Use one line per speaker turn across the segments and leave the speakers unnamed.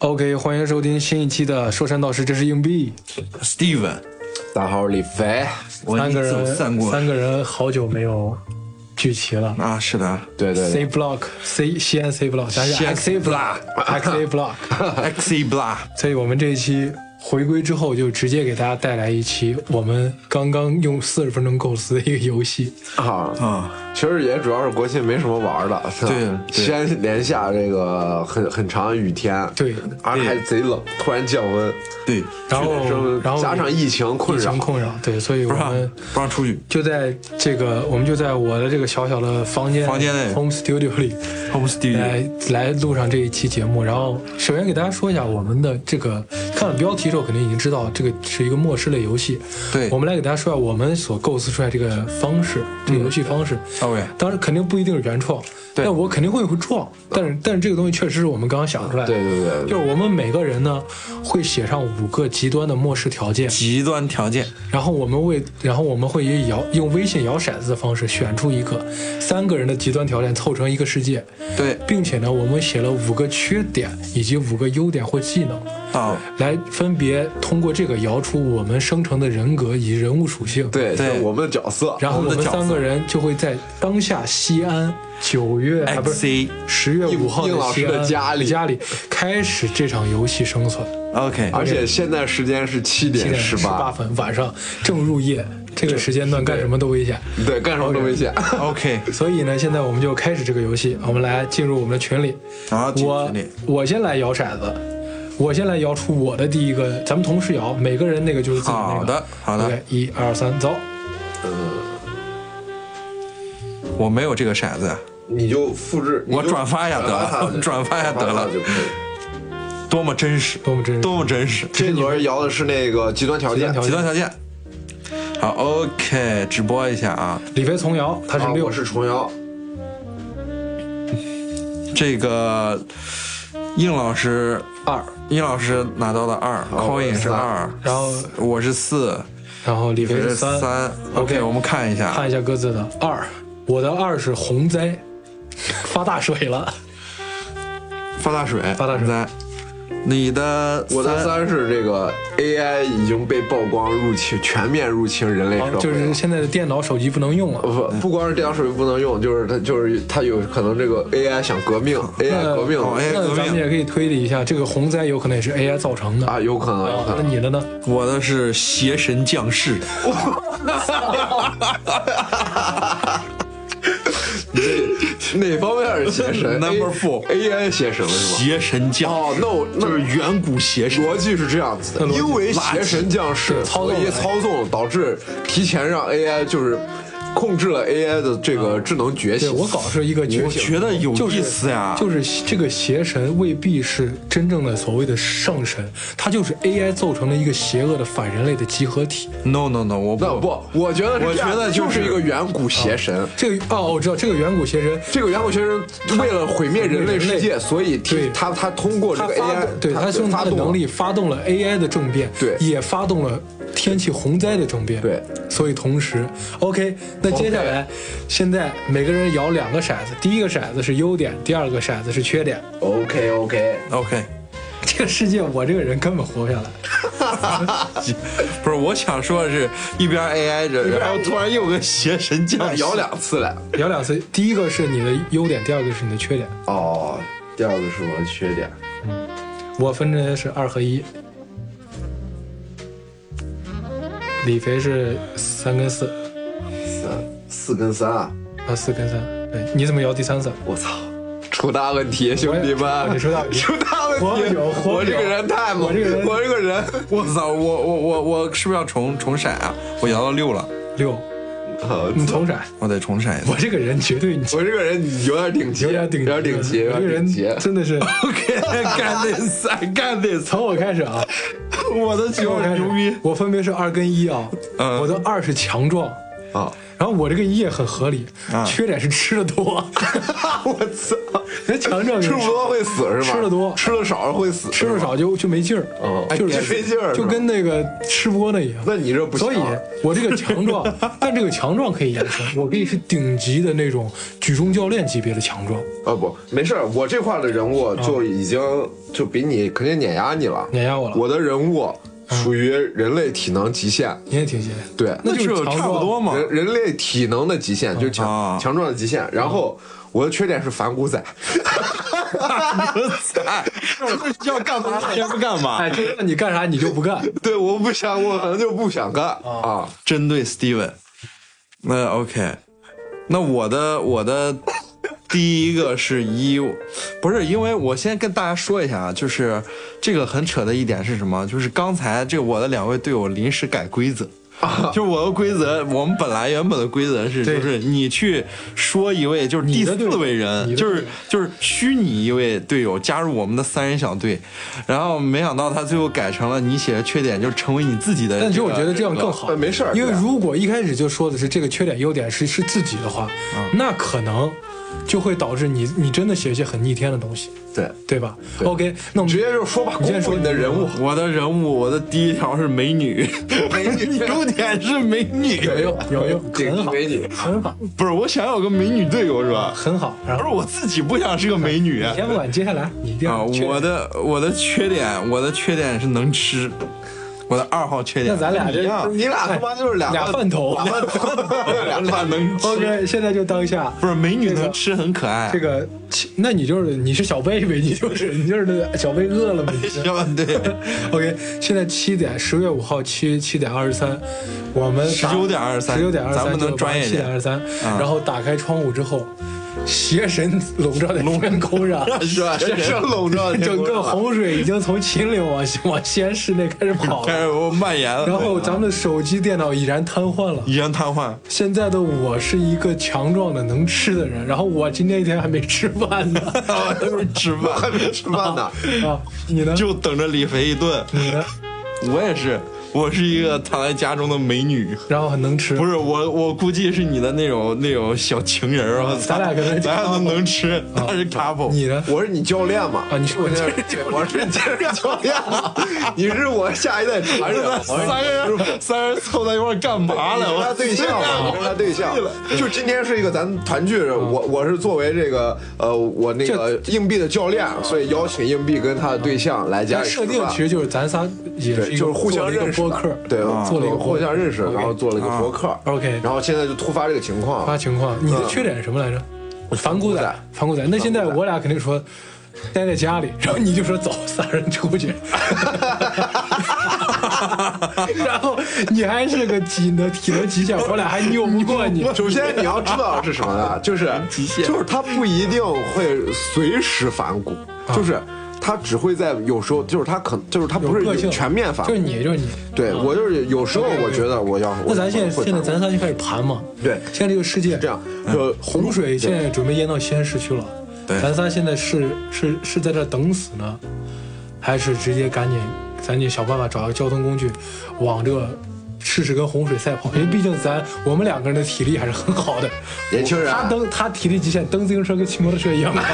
OK，欢迎收听新一期的《说唱道士》，这是硬币，
Steven，
大号李飞，
我
三个
你
人
走散过
三个人好久没有聚齐了。
啊，是的
对对
C
对，
block C 西安 C block 想
西
想
安
X A block X A block，
，XE Bla，
所以我们这一期回归之后，就直接给大家带来一期我们刚刚用四十分钟构思的一个游戏。
啊，
啊，
其实也主要是国庆没什么玩的，是吧
对对
先连下这个很很长的雨天，
对
而且还贼冷，突然降温，
对，
然
学
后
生
然后
加上疫情困
疫
扰
情，困扰，对，所以我
不让
们。
不让出去，
就在这个，我们就在我的这个小小的房间
房间内
home studio 里，
Home Studio，
来来录上这一期节目，然后首先给大家说一下我们的这个，看了标题之后肯定已经知道这个是一个末世类游戏。
对
我们来给大家说一下我们所构思出来这个方式，这
嗯
个游戏方式。
哦
，OK，
当然肯定不一定是原创，
对
但我肯定会会撞，但是但是这个东西确实是我们刚刚想出来的。
对对对对
就是我们每个人呢会写上五个极端的末世条件，
极端条件，
然后我们为，然后我们会以摇用微信摇骰子的方式选出一个，三个人的极端条件凑成一个世界，
对
并且呢，我们写了五个缺点以及五个优点或技能，
啊，
来分别通过这个摇出我们生成的人格以及人物属性。，
对
对
就是我们的角色，
然后我
我们
们
的角色
三个人就会在当下西安九月啊不是
XE
十月五号
应
的
老师
西安
的家里
家里开始这场游戏生存。
，OK，
而且现在时间是七
现
点
在
十
十八
八，
分晚上正入夜，这个时间段干什么都危险。
对，干什么都危 险，
OK，
所以呢，现在我们就开始这个游戏，我们来进入我们的群里。
好进入
我
群里
我先来摇骰子，我先来摇出我的第一个，咱们同时摇，每个人那个就是自己那个。
好的好的
OK，一二三，走。
我没有这个骰子，
你就复制，
我
你就
转发一下得了转发一下得了
就可以。
多么真实，
多么真实
多么真实，
这轮摇的是那个极端条
极
件
端，条
极端条件，好，OK，直播一下啊，
李飞重摇，他是
啊，
六、
我是重摇，
这个应老师，
二，
应老师拿到了二
哦
我
，Coin
是
是
三
二，
然后
我是四，
然后李
我
飞
是
三。
三，OK，我们看一下，
看一下各自的二，我的二是洪灾，发大水 了。
发大水，
发大水
三你的
我的三是这个 AI 已经被曝光入侵，全面入侵人
哎
类社会了、
哦就是现在的电脑、手机不能用了。
不不光是电脑手机不能用，就是它就是它有可能这个 AI 想革命，AI
嗯
革命、
哦 AI
那咱们也可以推理一下，这个洪灾有可能也是 AI 造成的。
啊，有可能有可
那
能。
你的呢？
我的是邪神降世，
哪方面是邪神
Number four
four，AI 邪神了是吧？
邪神降
哦，那我那
就是远古邪神，
逻辑是这样子
那
的，
逻辑
因为邪神降世，
对操纵
所
了
以操纵导致提前让 AI 就是控制了 AI 的这个智能觉
嗯对
醒。
我搞是一个觉
我
醒。
觉得有
就是
意思呀，
就是这个邪神未必是真正的所谓的上神，他就是 AI 造成了一个邪恶的反人类的集合体。
no no no，我
那
不
不，我觉得是
我
这样
觉得就
就是一个远古邪神。
这个哦，我知道这个远古邪神，
这个远古学生为了毁灭人类世
人
界，所以
对
提他他通过这
他
个
发
AI，
动对他用他
发
的
动
能力发动了 AI 的政变，
对
也发动了天气洪灾的政变，
对。
所以同时，OK，那接下来现在每个人摇两个骰子，第一个骰子是优点，第二个骰子是缺点。
OK OK，
OK，
这个世界我这个人根本活不下来。
不是我想说的是，一边 AI 着，然后突然又有个邪神降世，
摇两次了。
摇两次，第一个是你的优点，第二个是你的缺点。
哦，第二个是我的缺点。
我分别是二和一，李肥是三跟四，
三四跟三啊，
啊四跟三。对，你怎么摇第三次？
我操，出大问题，兄弟
我
们，
也出大问题
出大问
活不
题
久活不久
我这个人太猛，
我这个人
我这个人，
我操，我我我我是不是要重重闪啊？我摇到六了，
六，
好
你重闪。
我得重闪一次
我。这个人绝对
我这个人有点顶级，
有点顶级，
有点顶级，
我
有
这个
点
人
顶级。啊
真的 是
OK，干 this，I got this，
从我开始啊，
我的
从
球
我开始
牛逼。
我分别是二跟一啊，
嗯
我的二是强壮，
啊，
然后我这个一也很合理，
啊
缺点是吃的多，
我 操！
人强壮
吃
人
不多会死是吧？
吃得多
吃的少会死，
吃的。少就就没劲儿，
哦
就是
哎没劲儿是吧
就跟那个吃播那一样。
那你这不行
所
啊
以，我这个强壮， 但这个强壮可以延伸，我可以是顶级的那种举重教练级别的强壮，
啊不，没事儿，我这块的人物就已经就比你肯定碾压你了，
碾压我了
我的人物属于人类体能极限，
你也挺行。
对，
那
那
就是
就
强
差不
壮
多嘛。
人人类体能的极限就是强、
啊
强壮的极限。然后我的缺点是反骨仔，
要干嘛 先不干嘛
哎，。就让你干啥你就不干，
对，我不想，我可能就不想干啊
针对 Steven，那 OK，那我的我的第一个是一，不是因为我先跟大家说一下啊，就是这个很扯的一点是什么？就是刚才这我的两位队友临时改规则。就我的规则，我们本来原本的规则是，
啊对
就是你去说一位，就是第
你的
四
队友
位人，
你的
就是
队友
就是虚拟一位队友加入我们的三人小队，然后没想到他最后改成了你写的缺点，就成为你自己的、
但其实我觉得这样
更
更
好。
好
呃，没事儿
因为
对啊
如果一开始就说的是这个缺点优点是是自己的话，
嗯
那可能就会导致你你真的写一些很逆天的东西，
对，
对吧？OK，那我们
直接就说吧，
你先
公布
说
你的人物，
我的人物，我的第一条是美 女，
美 女
优点是美女，
有用有用，
顶
很
级
好，
美女，
很好，
不是我想有个美女队友是吧？
很好。然
而
后
我自己不想是个美女啊啊
先不管，接下来你一定
啊
要确认
我的我的缺点，我的缺点是能吃，我的二号缺点
那咱俩这哎
一样
你俩他妈就是俩
俩饭头。
俩饭
能吃
OK，现在就当下
不是美女
这个
能吃很可爱，
这个，那你就是你是小贝呗，你就是你就是那个小贝饿了呗。你是
要不 对
OK，现在七点，十月五号七七点二十三，我们
19.23
十九点二十三，
咱们能专业
七
点
点啊二十三，然后打开窗户之后，邪神笼罩在天空上，
是
啊
吧？这是笼罩 的
整个
红。
洪水已经从秦岭往往西安市内开始跑
开
了，
始我蔓延了，
然后咱们的手机、电脑已然瘫痪了。
已然瘫痪，
现在的我是一个强壮的、能吃的人，然后我今天一天还没吃饭呢。
啊，都是吃
还
饭，
没吃饭呢，
啊，你呢？
就等着李肥一顿。
你呢？
我也是，我是一个躺在家中的美女。
然后很能吃，
不是我，我估计是你的那种那种小情人儿，我
咱
操
俩可能
咱俩都能吃，他是 couple，
你呢？
我是啊你教练嘛？
啊，你是我
对
这
我是你教练嘛？你是我下一代 传人，我是
三个人三人凑在一块儿干嘛来？
我是他
我
对象嘛，我是 他对象。就今天是一个咱团聚，
嗯
我我是作为这个呃我那个硬币的教练，所以邀请硬币跟他的对象来家里
嗯
吃
设
饭
定其实就是咱仨也是
对，
一个
就是互相
做了一个
认识
播
的
客，嗯啊
对，
做了一个
互相认识，
OK
然后做了一个博客
OK
然后现在就突发这个情况
发，情况。你
嗯
的缺点是什么来着？反骨仔，反骨仔。那现在我俩肯定说待在家里，然后你就说走， 三人出去。 然后你还是个体能体能极限，我俩还拗不过你。
首先你要知道是什么呢？ 就是就是他不一定会随时反骨，就是他只会在有时候，就是他可就是他
有
不是
个性，
全面反
就
骨
是。你，就是你。
对我就是有时候我觉得我要
那咱现在
我会
现在咱仨就开始盘嘛。
对
现在这个世界
这样，就
洪水现在准备淹到西安市区了。
对
咱仨现在是是是在这儿等死呢，还是直接赶紧赶紧想办法找个交通工具，往这个试试跟洪水赛跑？因为毕竟咱我们两个人的体力还是很好的，
年轻人啊
他蹬他体力极限，蹬自行车跟骑摩托车一样快，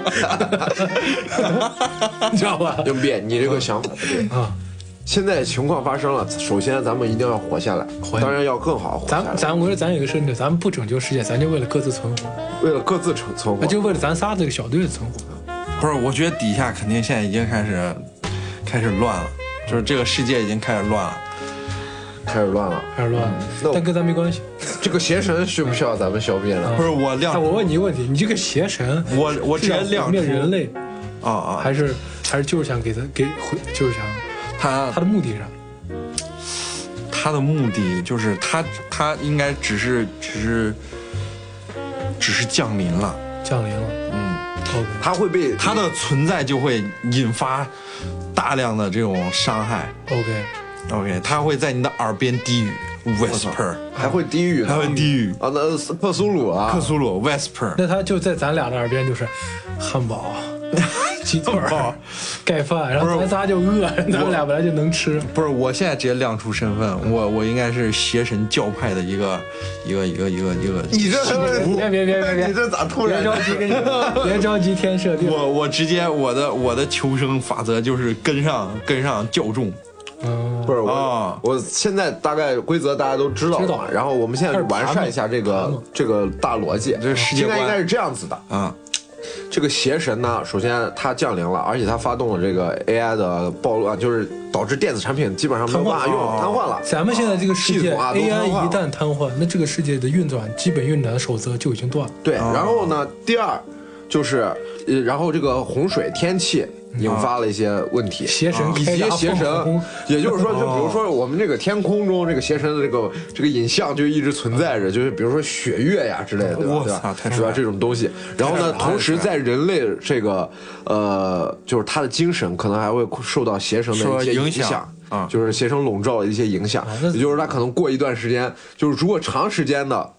你知道吧？
硬币，你这个想法不对
啊。
现在情况发生了，首先咱们一定要活下来，
活下来
当然要更好活下来
咱。咱我觉得咱有一个设定，咱们不拯救世界，咱就为了各自存活，
为了各自存存活
那，就为了咱仨这个小队的存活。
不是，我觉得底下肯定现在已经开始开始乱了，就是这个世界已经开始乱了。
开始乱了。
开始乱了，
嗯那我
但跟咱没关系。
这个邪神需不需要咱们消灭呢？
不是我
哎，
亮，
我问你一个问题，你这个邪神，
我我
是
直接
想
亮
毁灭
出
人类，
啊啊，
还是还是就是想给他给毁，就是想
他
他的目的是啥？
他的目的就是他他应该只是只是只是降临了，
降临了。
嗯，
OK，
他会被
他的存在就会引发大量的这种伤害。
OK，
OK，他会在你的耳边低语， Whisper，
还会低语呢，
还会低语。
啊，那是克苏鲁啊，
克苏鲁 Whisper，
那他就在咱俩的耳边就是汉 堡、鸡腿
汉堡
儿、盖饭，然
不
后
是
咱仨就饿，咱们俩本来就能吃。
不是，我现在直接亮出身份，我我应该是邪神教派的一个一个一个一个一个，
你这
别别别别别
你这咋突
别
然？
着急，跟你说别着急，天设定。
我我直接我的我的求生法则就是跟上跟上教众，
嗯，
不是我、
啊
我现在大概规则大家都知道了，
知道了
然后我们现在就完善一下这
开始盘
个
嘛
这个大逻辑。
这世界
现
观
在应该是这样子的，
啊，
这个邪神呢，首先它降临了，而且它发动了这个 AI 的暴乱，就是导致电子产品基本上没有办法用，
哦
瘫痪了。
咱们现在这个世
系
界
统啊都瘫
AI
痪了
一旦瘫痪，那这个世界的运转基本运转的守则就已经断了。
对，
哦
然后呢，第二就是，呃然后这个洪水天气引发了一些问题，啊
邪神
一
开
些
闸
邪神
放 空，
也就是说，就比如说我们这个天空中这个邪神的这个这个影像就一直存在着，就是比如说血月呀之类的，对吧？
哇
对吧
塞太
是吧
帅？了
这种东西。然后
太
呢，
爽了
同时在人类这个呃，就是他的精神可能还会受到邪神的一些
受
影
影响啊
就是邪神笼罩的一些影响，
那
也就是他可能过一段时间，就是如果长时间的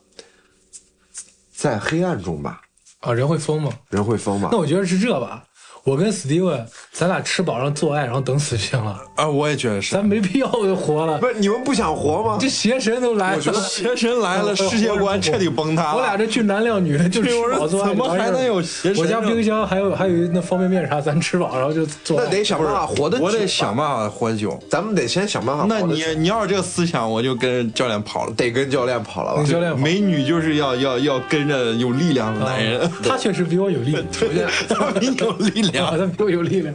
在黑暗中吧。
啊，人会疯吗？
人会疯吗
那？我觉得是这吧。我跟 Steven，咱俩吃饱了做爱，然后等死就行了，
啊，我也觉得是。
咱没必要活了。
不是你们不想活吗？
这邪神都来了，
邪神来了，世界观彻底崩塌了。
我俩这俊男靓女的就吃
对 我说
饱做爱，
怎么
完事儿
还能有邪神
我家
呢
冰箱还有还有那方便面啥，咱吃饱然后就做
那
爱。
得想办法活得久吧啊
我得想，办法活久。
咱们得先想办法活
那
得久。
你你要是这个思想，我就跟教练跑了。
得跟教练跑了吧
跟？教练跑
美女就是要要要跟着有力量的男人，
他确实比我有力，
他比你有力
啊，
量。
他比我有力量。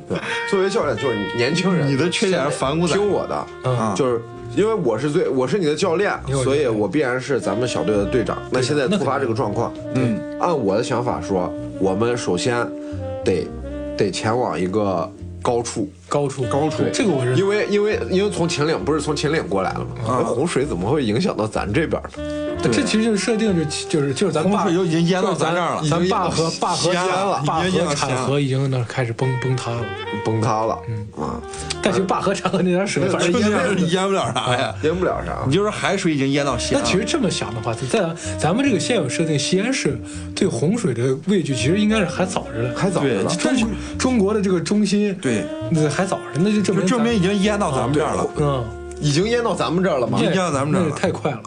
作为教练，就是你年轻人，
你的缺点是反骨仔
听我的，
啊
嗯
就是因为我是最我是你的教练
你有，
所以我必然是咱们小队的队长。那现在
那
突发这个状况，
嗯，
按我的想法说，我们首先得得前往一个高处。
高处，
高处
这个我认。
因为因为因为从秦岭不是从秦岭过来了吗？那洪水怎么会影响到咱这边呢？
这其实就是设定，就就是就是咱
洪
爸
水就已经淹到
就是
咱这儿了
咱
已经
爸和坝和
西安了
坝
已经淹
和
到西安
产
了
河已经那开始崩崩塌了，
崩塌了，啊，
但是坝和产河那点 水反正
就
淹
那
了
样。淹不了啥呀。
淹不了啥
啊你。就是海水已经淹到西
那
安了。
其实这么想的话，在咱咱们这个现有设定，西安市对洪水的畏惧其实应该是还早着呢。
还早着
对
呢，
中国中国的这个中心，
对，
那还早着，那就证
就
明
证
咱
明已经淹到咱们这儿了，
嗯，
已经淹到咱们这儿了吗
已？经淹到咱们这儿
那也。
了
太快了。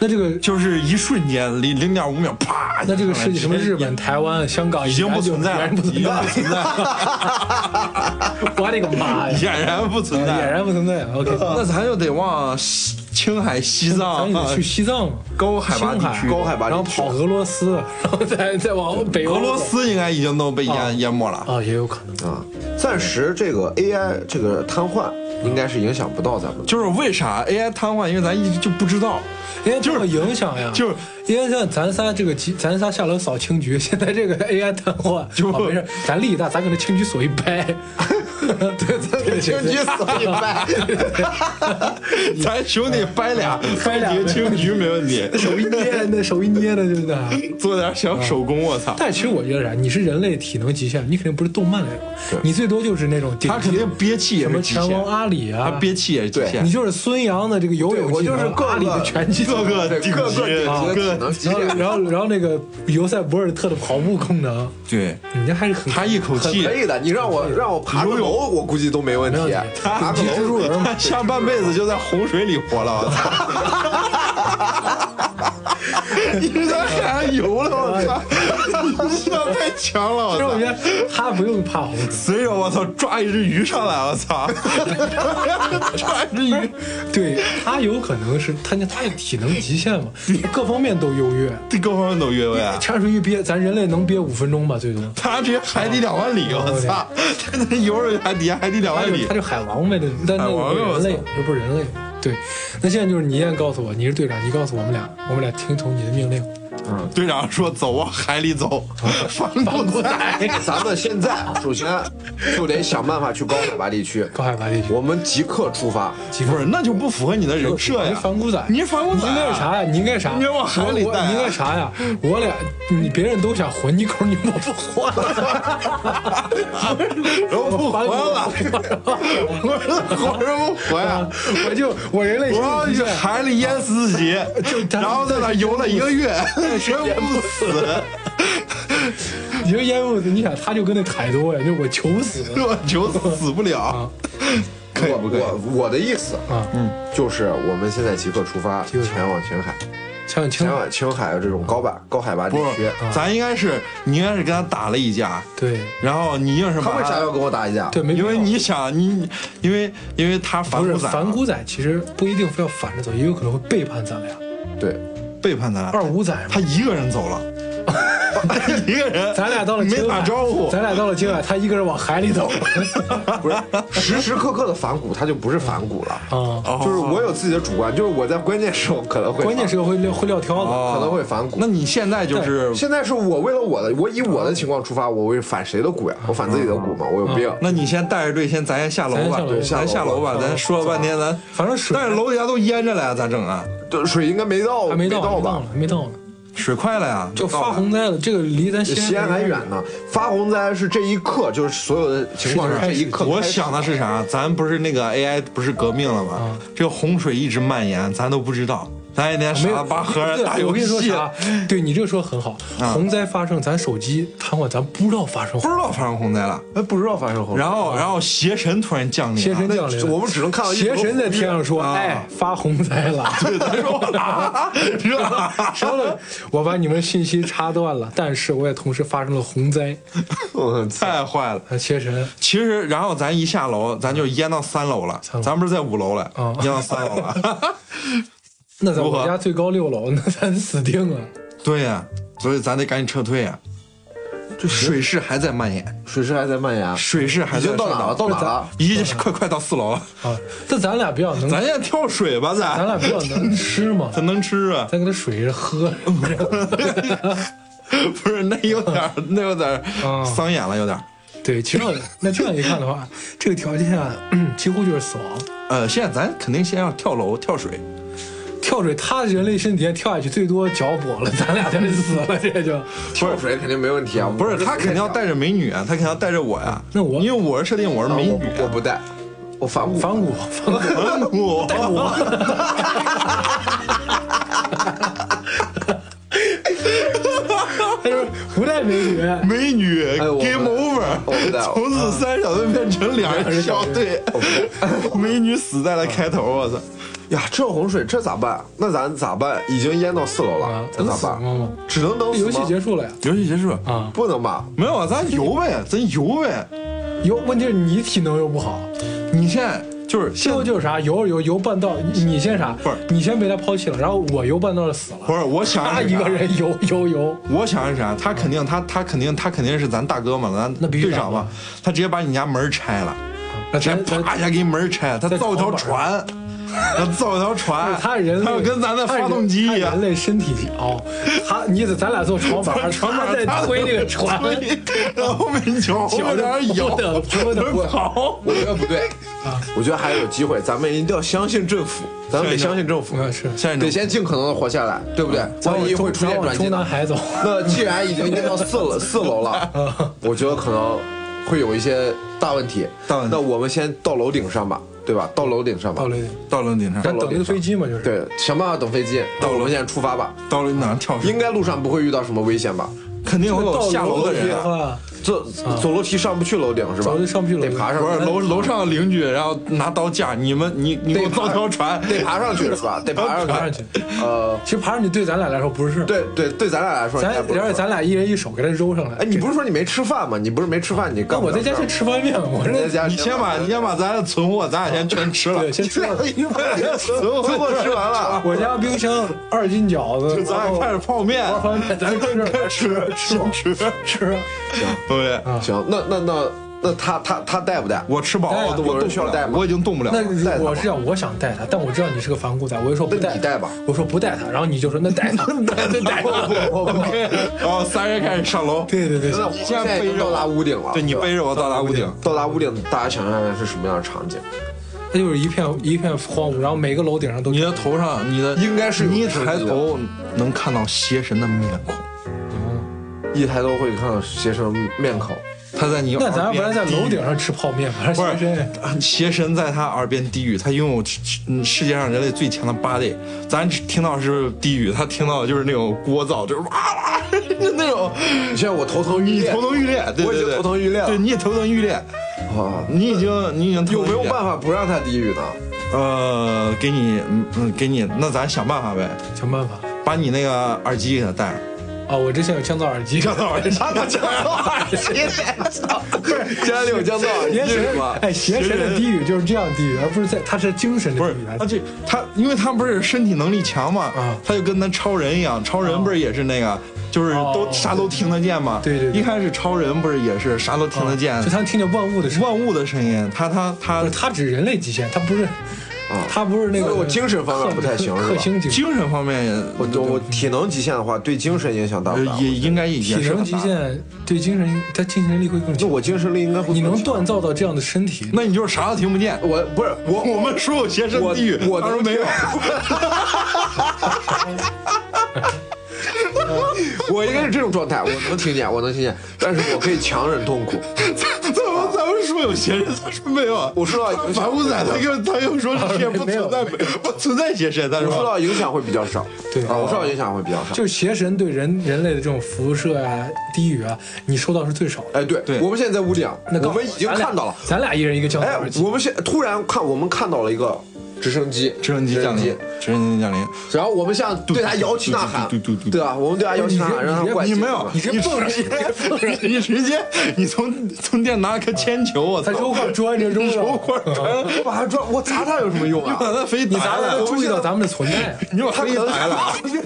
那这个
就是一瞬间，零零点五秒，啪！
那这个世界
直接
什么日本、
淹
台湾、香港
已经
俨
不
然就
存在
俨
了，
然不存
已经
在
不
了。
存在了，
我勒个 妈呀！
俨然不存
俨
在了。啊
然不存在。OK，
那咱就得往西青海、西
咱
藏、
得去西藏，
啊高海拔
青
地
海
区。
高海拔
然后
地区
跑俄罗斯，然后再再往北
俄罗斯应该已经都被
啊
淹淹没了。
啊，也有可能。
啊，暂时这个 AI 这个瘫痪应该是影响不到咱们的。
就是为啥 AI 瘫痪？因为咱一直就不知道。
因为这个影响呀，
就是
因为像咱仨这个集，咱仨下楼扫清局， 现在这个 AI 瘫痪，
就
啊没事，咱力气大，咱给那清局锁一掰， 对，咱给
清局
锁一掰，
咱兄弟掰俩，
掰俩
几个青局没问 题，
手一捏，那手一捏的就是那。
做点小手工，我操！
但其实我觉得啥，你是人类体能极限，你肯定不是动漫那种，你最多就是那种顶
他肯定憋气也
什么
是极
拳王
限，
阿里
他
啊，
憋气也是极限
你。就是孙杨的这个游泳
对我
技
就是
能
各
阿里的
个
拳击
各
能
个
对
顶
各个
级，啊
顶级
各
的体能极
然后，
限
然后，然后那个尤塞博尔特的跑步功能，
对
你这还是很
他一口气
可以的，你让我让我爬个楼，我估计都没问
没问
题啊
题。
爬个
顶级蜘蛛
楼，
人嘛，
他 下半辈子就在洪水里活了，我操！ 你在海上游了，我操！你这样太强了，我
其实我觉
操！
得他不用怕洪水，
随手我操抓一只鱼上来，我操！ 抓一只鱼，
对他有可能是他他有体能极限嘛，各方面都优越。
这各方面都越位啊！
潜水一憋，咱人类能憋五分钟吧，最多。
他这海底两万里，我操！他那游着海底下海底两
他
万
就
里
他，就海王呗，但那
海王呗
不是人类
我，
又不是人类。对，那现在就是你先告诉我，你是队长，你告诉我们俩，我们俩听从你的命令。
嗯队长说：“走往海里走，翻滚过来。
哎咱们现在啊首先就得想办法去高海拔地区，
高海拔地区
我们即刻出发。”
不是，那就不符合你的人设
你
呀！
反骨仔，
你是反骨仔啊
你应该是啥呀？你应该是啥？
你往海里
我我
带啊
你应该啥呀？我俩，你别人都想混，你口你我不混，
然后不活了，
我
活什么活呀？
我就我人类
我要去海里淹死自己，然后在那游了一个月，全不死，
你说烟雾，你想他就跟那凯多呀，就我求死，
我求死死不了。可以不可以？
我我的意思
啊，
嗯，就是我们现在即刻出发，
刻出发
前往青海，
像青
前往青海的这种高吧高海拔地
不
区
是。，咱应该是你应该是跟他打了一架，
对
然后你硬是
他
把
为啥要跟我打一架？
对，没必
因
要
为你想你，因为因为他反
不是
骨仔嘛，
反骨仔，其实不一定非要反着走，也有可能会背叛咱俩。
对，
背叛咱俩，
二五仔
他
嘛，
一个人走了，他 一个人，
咱俩到了
没
青海
打招呼，
咱俩到了青海，他一个人往海里 走
不是时时刻刻的反骨，他就不是反骨了。
啊。
哦
就是我有自己的主观，就是我在关键时候可能会反，
关键时候会撂会撂挑子，
哦
可能会反骨
那。你现在就是，
现在是我为了我的，我以我的情况出发，我为反谁的骨呀？我反自己的骨吗？我有病。
那你先带着队先，咱先下楼吧，
咱先
咱
下
下
楼
楼吧，咱说了半天，咱
反正水
但是楼底下都淹着了呀，咋整啊？
对，水应该没到，
还没
到
到，还没到
吧？
呢，还没到呢，
水快了呀，
就发洪灾了，这个离咱
西
西
安
安
还远呢，发洪灾是这一刻，就是所有的情况是这一刻。
哦我想的是啥？咱不是那个 AI 不是革命了
啊
吗？这个洪水一直蔓延，咱都不知道，咱也连
没
啥
有
拔河
对
打
我
游
跟你说
戏，嗯
啥？对你这个说得很好，洪灾发生，咱手机瘫痪，咱不知道发生
不。知道发生洪灾了。
哎，不知道发生洪
然后，然后邪神突然降临了，
啊邪神降临了，
我们只能看到一
邪神在天上说：“
啊
哎，发洪灾了。”
对， 咱说啊，热啊，
稍等，我把你们信息插断了，但是我也同时发生了洪灾。
嗯
太坏了。
啊，邪神，
其实，然后咱一下楼，咱就淹到三楼了。
楼
咱不是在五楼了，
哦
淹到三楼了。
那在
如何
我家最高六楼，那咱死定了。
对呀、所以咱得赶紧撤退呀、这水势还在蔓延，
水势还在蔓延，
水势还
已
在
经到
上
哪
涨
了？到哪了？
已经快快到四楼了，
啊，这咱俩比较能，
咱先跳水吧，
嗯咱
咱
俩比较能吃嘛，
咱能吃啊？
咱给他水着喝。
不是，那有点儿，那有点儿
啊
伤眼了，有点儿。
对，其实我那这样一看的话，这个条件啊，嗯几乎就是死亡。
呃，现在咱肯定先要跳楼跳水，
跳水，他人类身体先跳下去，最多脚跛了，咱俩就得死了，这就。
跳水肯定没问题啊。
不是他肯定要
带，
带着美女啊，他肯定要带着我呀、
那我
因为我是设定我是美
我
女、啊
不我不带，我反骨。
反骨，反骨，
我
他说不带美女，
美女
我
Game Over，
我不带我
从此三小队变成嗯两人小队， 美女死在了开头，我操！
呀，这洪水这咋办？那咱咋办？已经淹到四楼了
啊，
咱咋
能死
办？
吗？
只能等
这游戏
束
结束了呀。
游戏结束
啊，
不能吧？
没有啊？咱游呗，咱游呗。
游问题是你体能又不好，
你现在就是
最
现
后就是啥游着游游半道，你你先啥？
不是
你先被他抛弃了，然后我游半道就死了，
不是我想的
他
是
一
啥
个，人游游游，
我想的是啥？他肯定他他肯定他肯定是咱大哥嘛，咱
那必须
队长
大哥
嘛，他直接把你家门拆了，
那
直接
咱咱
啪一下给你门拆了，他
在
造一条
床板
船。他造一条船，
他人类
他要跟咱的
他人
发动机一
他
样
人，类身体哦，他你得咱俩坐床板，
床板
他在推那个船，
然后后面脚后面在那
脚
摇，
的扑的扑的
跑。
我觉呃得不对，我觉得还有机会，咱们一定要相信政府，咱们得相信政府，
嗯是
下一
得
种
先尽可能的活下来，对不对？
嗯
万一会出现
咱往
转机
中
呢
南？海走，
那既然已经淹到四楼四楼了，我觉得可能会有一些大问题。
大问题
那我们先到楼顶上吧，对吧？到楼顶上吧
到，了一点
到了顶上，
咱等那个飞机嘛，就是
对，想办法等飞机。那我们现在出发吧，
到了顶上跳水，
应该路上不会遇到什么危险吧？
肯定会
到
有
了
下楼的人
的
啊。
话，
走走楼梯上不去楼顶是吧？
走楼梯上不去楼
得
顶
爬上
不
去，
是楼楼上的邻居，然后拿刀架你们，你你给我
得爬
造条船，
得爬上去是吧？得爬
爬
上
上
去
去。
呃，
其实爬上去对咱俩来说不是事儿，
对对对，咱俩来说，
咱
应该不是
而且咱俩一人一手给他揉上来。
哎，你不是说你没吃饭吗？你不是没吃饭，你
那
干不
我
了
在家
事儿
先吃方便面，我
你在
这
家
你先把你先把咱的存货，咱俩先全吃了
对，。先吃了。
最后吃完了，
我家冰箱二斤饺子，
咱
然
俩
后
开始泡面，
玩方便面，咱就开始
吃吃吃
吃。
对不对？
行，那那那那他他他带不带？
我吃饱
带
了，
啊
我
有人
动
需
不
要带
了，
吗
我已经动不了
那
了。
带他
我
吧
是这样，我想带他，但我知道你是个反骨仔，我就说不
那
带。
你带吧
我说不带他，然后你就说那 带他，带他带他。
不不不，
然后三人开始上楼，
对对对，
那我
你
们
现
现
在
在已
背
经
着
到
我
达屋顶了，
对你
吧
背着我到达屋顶，
到达屋顶，大家想象一下是什么样的场景？
它就是一片一片荒芜，然后每个楼顶上都
你的头上，你的
应该是有
你一
神
抬
的
头能看到邪神的面孔，
一抬头会看到邪神面孔，
他在你
那咱要不
耳边
然在
低语
楼顶上吃泡面吧？
不
先生
是呃邪神在他耳边低语，他拥有世嗯世界上人类最强的八 y 咱只听到是低语，他听到的就是那种聒噪，就是哇哇，就 那种
现在我头疼欲
你
裂，
头疼欲裂，对
我已
对
经
对，
头疼欲裂了
对你也头疼欲裂，
啊！
你已经你已经头
有
疼欲
没
裂
有办法不让他低语呢？
呃，给你嗯嗯给你，那咱想办法呗，
想办法。
把你那个耳机给他戴 上。
啊，我之前有降噪耳机，
降噪耳机，
降噪耳机，现在有降噪 耳
邪
机是
神
吗？
哎，邪神的低语就是这样低语，而不是在他是精神的
不是
低语。
他这他，因为他不是身体能力强嘛，
啊
他就跟咱超人一样，超人不是也是那个，就是都、
哦
啥都听得见嘛。
对对对
一开始超人不是也是啥都听得见，
就他能听见万物的声音。
万物的声音，他他他
不是，他只是人类极限，他不是，他不是那
哦所
个
以我精神方面不太行是吧
克星精神，
精神方面也，
我我我体能极限的话，对精神影响大
呃
不大？
也应该也
体
也是
能
很
极
大。
限对精神，他精神力会更
那
强。
我精神力应该会。
你能锻造到这样的身体，
那你就是啥都听不见。
我不是我
我们说有邪神
我
地狱，
我
他 说没有，
我应该是这种状态，我能听见，我能听见，但是我可以强忍痛苦。
咱们咱们说有邪神，他说没有。
我说到影响
反骨仔，他又他又说这些不存在，不存在邪神，他
我受
说
到影响会比较少，
对
啊，我受到影响会比较少。
就是邪神对人人类的这种辐射啊、低语啊，你收到是最少的。
哎，对，
对
我们现在在屋顶，
那
我
刚好
们已经
咱俩
看到了。
咱俩一人一个降噪
哎
耳，机。
我们现突然看，我们看到了一个直升机，
直升机降临，直升机降临。
然后我们向对它摇旗呐喊，
嘟嘟嘟嘟嘟
对啊，我们对它摇旗呐喊，
你
让它
你
怪
你没有，
你直接蹦上去
直接蹦上去你直接，你从从店拿个铅球，我
他
操，
揉块砖， 这揉
手
上，
块砖，
哎我把它抓，我砸它有什么用
你把
啊？
他飞
你
打下
咋
来
能
了，
注意到咱们的存在？
你把他
它
飞
可能
打下 来了，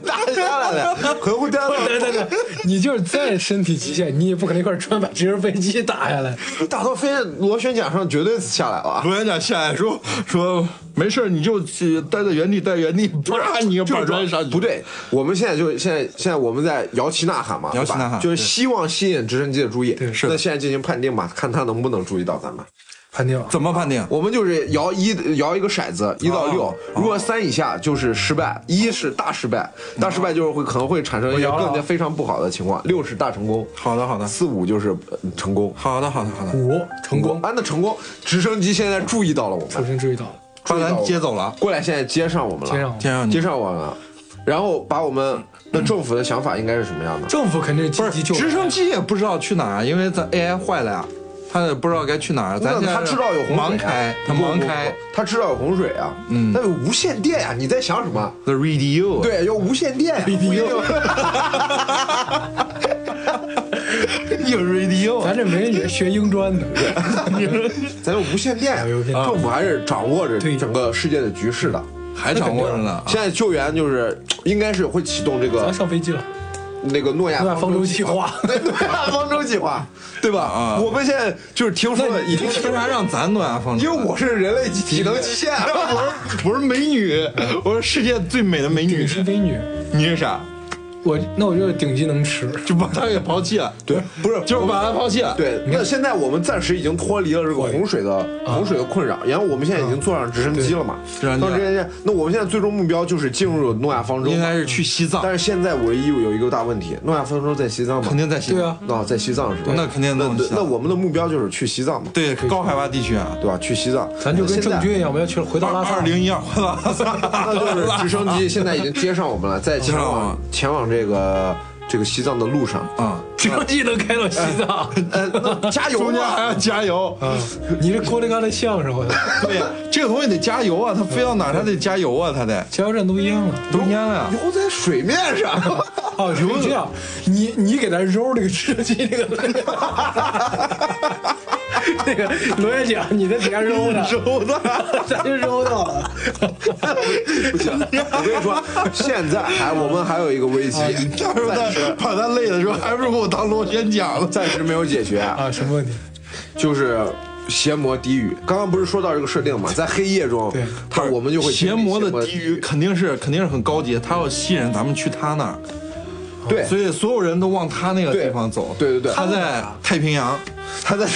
打下来了， 可能会掉到
对对对，你就是再身体极限，你也不可能一块砖把直升飞机打下来。
打到飞螺旋桨上，绝对下来了啊。
螺旋桨下来说说没事儿你就去待在原地，待原地，啪，你个板砖上去，
不，对，我们现在就现在现在我们在摇旗呐喊嘛，
摇旗呐喊
对吧就是希望吸引直升机的注意。
对
是的
那现在进行判定吧，看它能不能注意到咱们。
判定
怎么判定？
我们就是摇一摇一个骰
哦
子，一到六，如果三以下就是失败，一是大失败，大失败就是会可能会产生一些
摇了啊
更加非常不好的情况，六是大成功，
好哦的，好的，
四五就是呃成功。
好的，好的，好的，
五成功，
啊，那成功，直升机现在注意到了我
首
们，
先注意到了，
把咱接走了，
过来现在接上我们了，
接上我们
天上你
接上我们了，然后把我们，那政府的想法应该是什么样的？
政府肯定是积
不是
极救
直
援。
升机也不知道去哪儿，啊因为咱 AI 坏了呀，他也不知道该去哪儿，咱
那
现在
他知道有洪水、啊，
盲开，他盲
不
开
不不他知道有洪水啊，嗯，那有无线电呀、你在想什么？
，the radio，啊
对，有无线 电 呀、不一定
有 radio，
咱这没人学英专的，
咱有无线电呀、
有无线电
政府还是掌握着
对
整个世界的局势的。
还掌握着呢。 啊
现在救援就是应该是会启动这
咱
个
上飞机了。
那个诺亚
啊诺亚啊方舟计划
对 诺亚方舟计划，对吧？
啊
我们现在就是听说了，已经
凭啥让咱诺亚方舟？
因为我是人类体能 极限，
我是美女，我是世界最美的美女
你，是美女，
你是啥？
我那我就是顶级能吃。
就把她给抛弃了。
对，不是
就是把她抛弃了。，
对，那现在我们暂时已经脱离了这个洪水
啊
的洪水的困扰，然后我们现在已经坐上直升机了嘛？
对
到直升机，那我们现在最终目标就是进入诺亚方舟嘛，
啊应该是去西藏
但，是现在唯一有一个大问题，诺亚方舟在西藏吗？
肯定在西藏。
对啊，
啊，在西藏是吧？
那肯定
那
在西
那
藏
那我们的目标就是去西藏嘛，
对高海拔地区啊。
对吧？去西藏，
咱就跟
那现在
郑钧一样，我们要去回到拉萨。
二零一二，我操！
那就是直升机现在已经接上我们了，在前
接上我
往
们
前往这个这个西藏的路 上，
啊，
直升机能开到西藏，
呃，那加油
中间还
啊！
要加油。
啊你这郭德纲的相声，我的
嗯对呀，这个东西得加油啊，它飞到哪儿它得加油啊，它得
加油站都淹了。
都淹了 呀。
游在水面上，
哦，是这样，你你给咱揉这个直升机那个， 那个螺旋桨，你在底下揉着，
揉 的，
咱就揉到了。
不行， 我跟你说，现在还我们还有一个危机，
哎 要是把把他累的时候，还不如给我当螺旋桨了。
暂时没有解决。
啊，什么问题？
就是邪魔低语。刚刚不是说到这个设定嘛，在黑夜中
对，
他我们就会经
邪
历
魔的
低
低语肯定是肯定是很高级，他要吸引咱们去他那儿，
对
啊所以所有人都往他那个
对
地方走。
对对对
他在太平洋，
他 在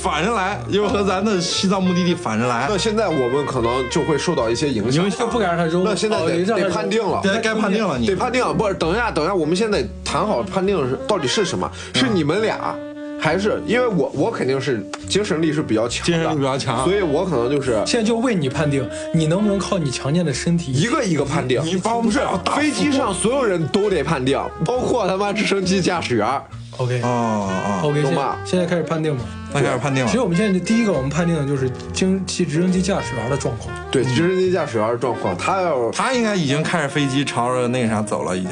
反着来，又和咱的西藏目的地反着来
那。现在我们可能就会受到一些影响
影。
就
响
不敢让他扔。
那现在
哦
得
让他
得
扔
判定了，
该该判定了你
得，判定，不是等一下，等一下，我们现在谈好判定是到底是什么？
啊
是你们俩，还是因为我我肯定是精神力是比较强的，
精神力比较强
所以我可能就是
现在就为你判定，你能不能靠你强健的身体
一个一个判定。
你把我们
不是
俩打
飞机上所有人都得判定，包括他妈直升机驾驶员。
？OK
哦哦，
OK，
懂
现在
吧
现在开始判定嘛。
那开始判定
其实
了。
我们现在就第一个我们判定的就是经汽直升机驾驶员的状况。
对，直升机驾驶员的状况，他要
他应该已经开着飞机朝着那个啥走了，已经。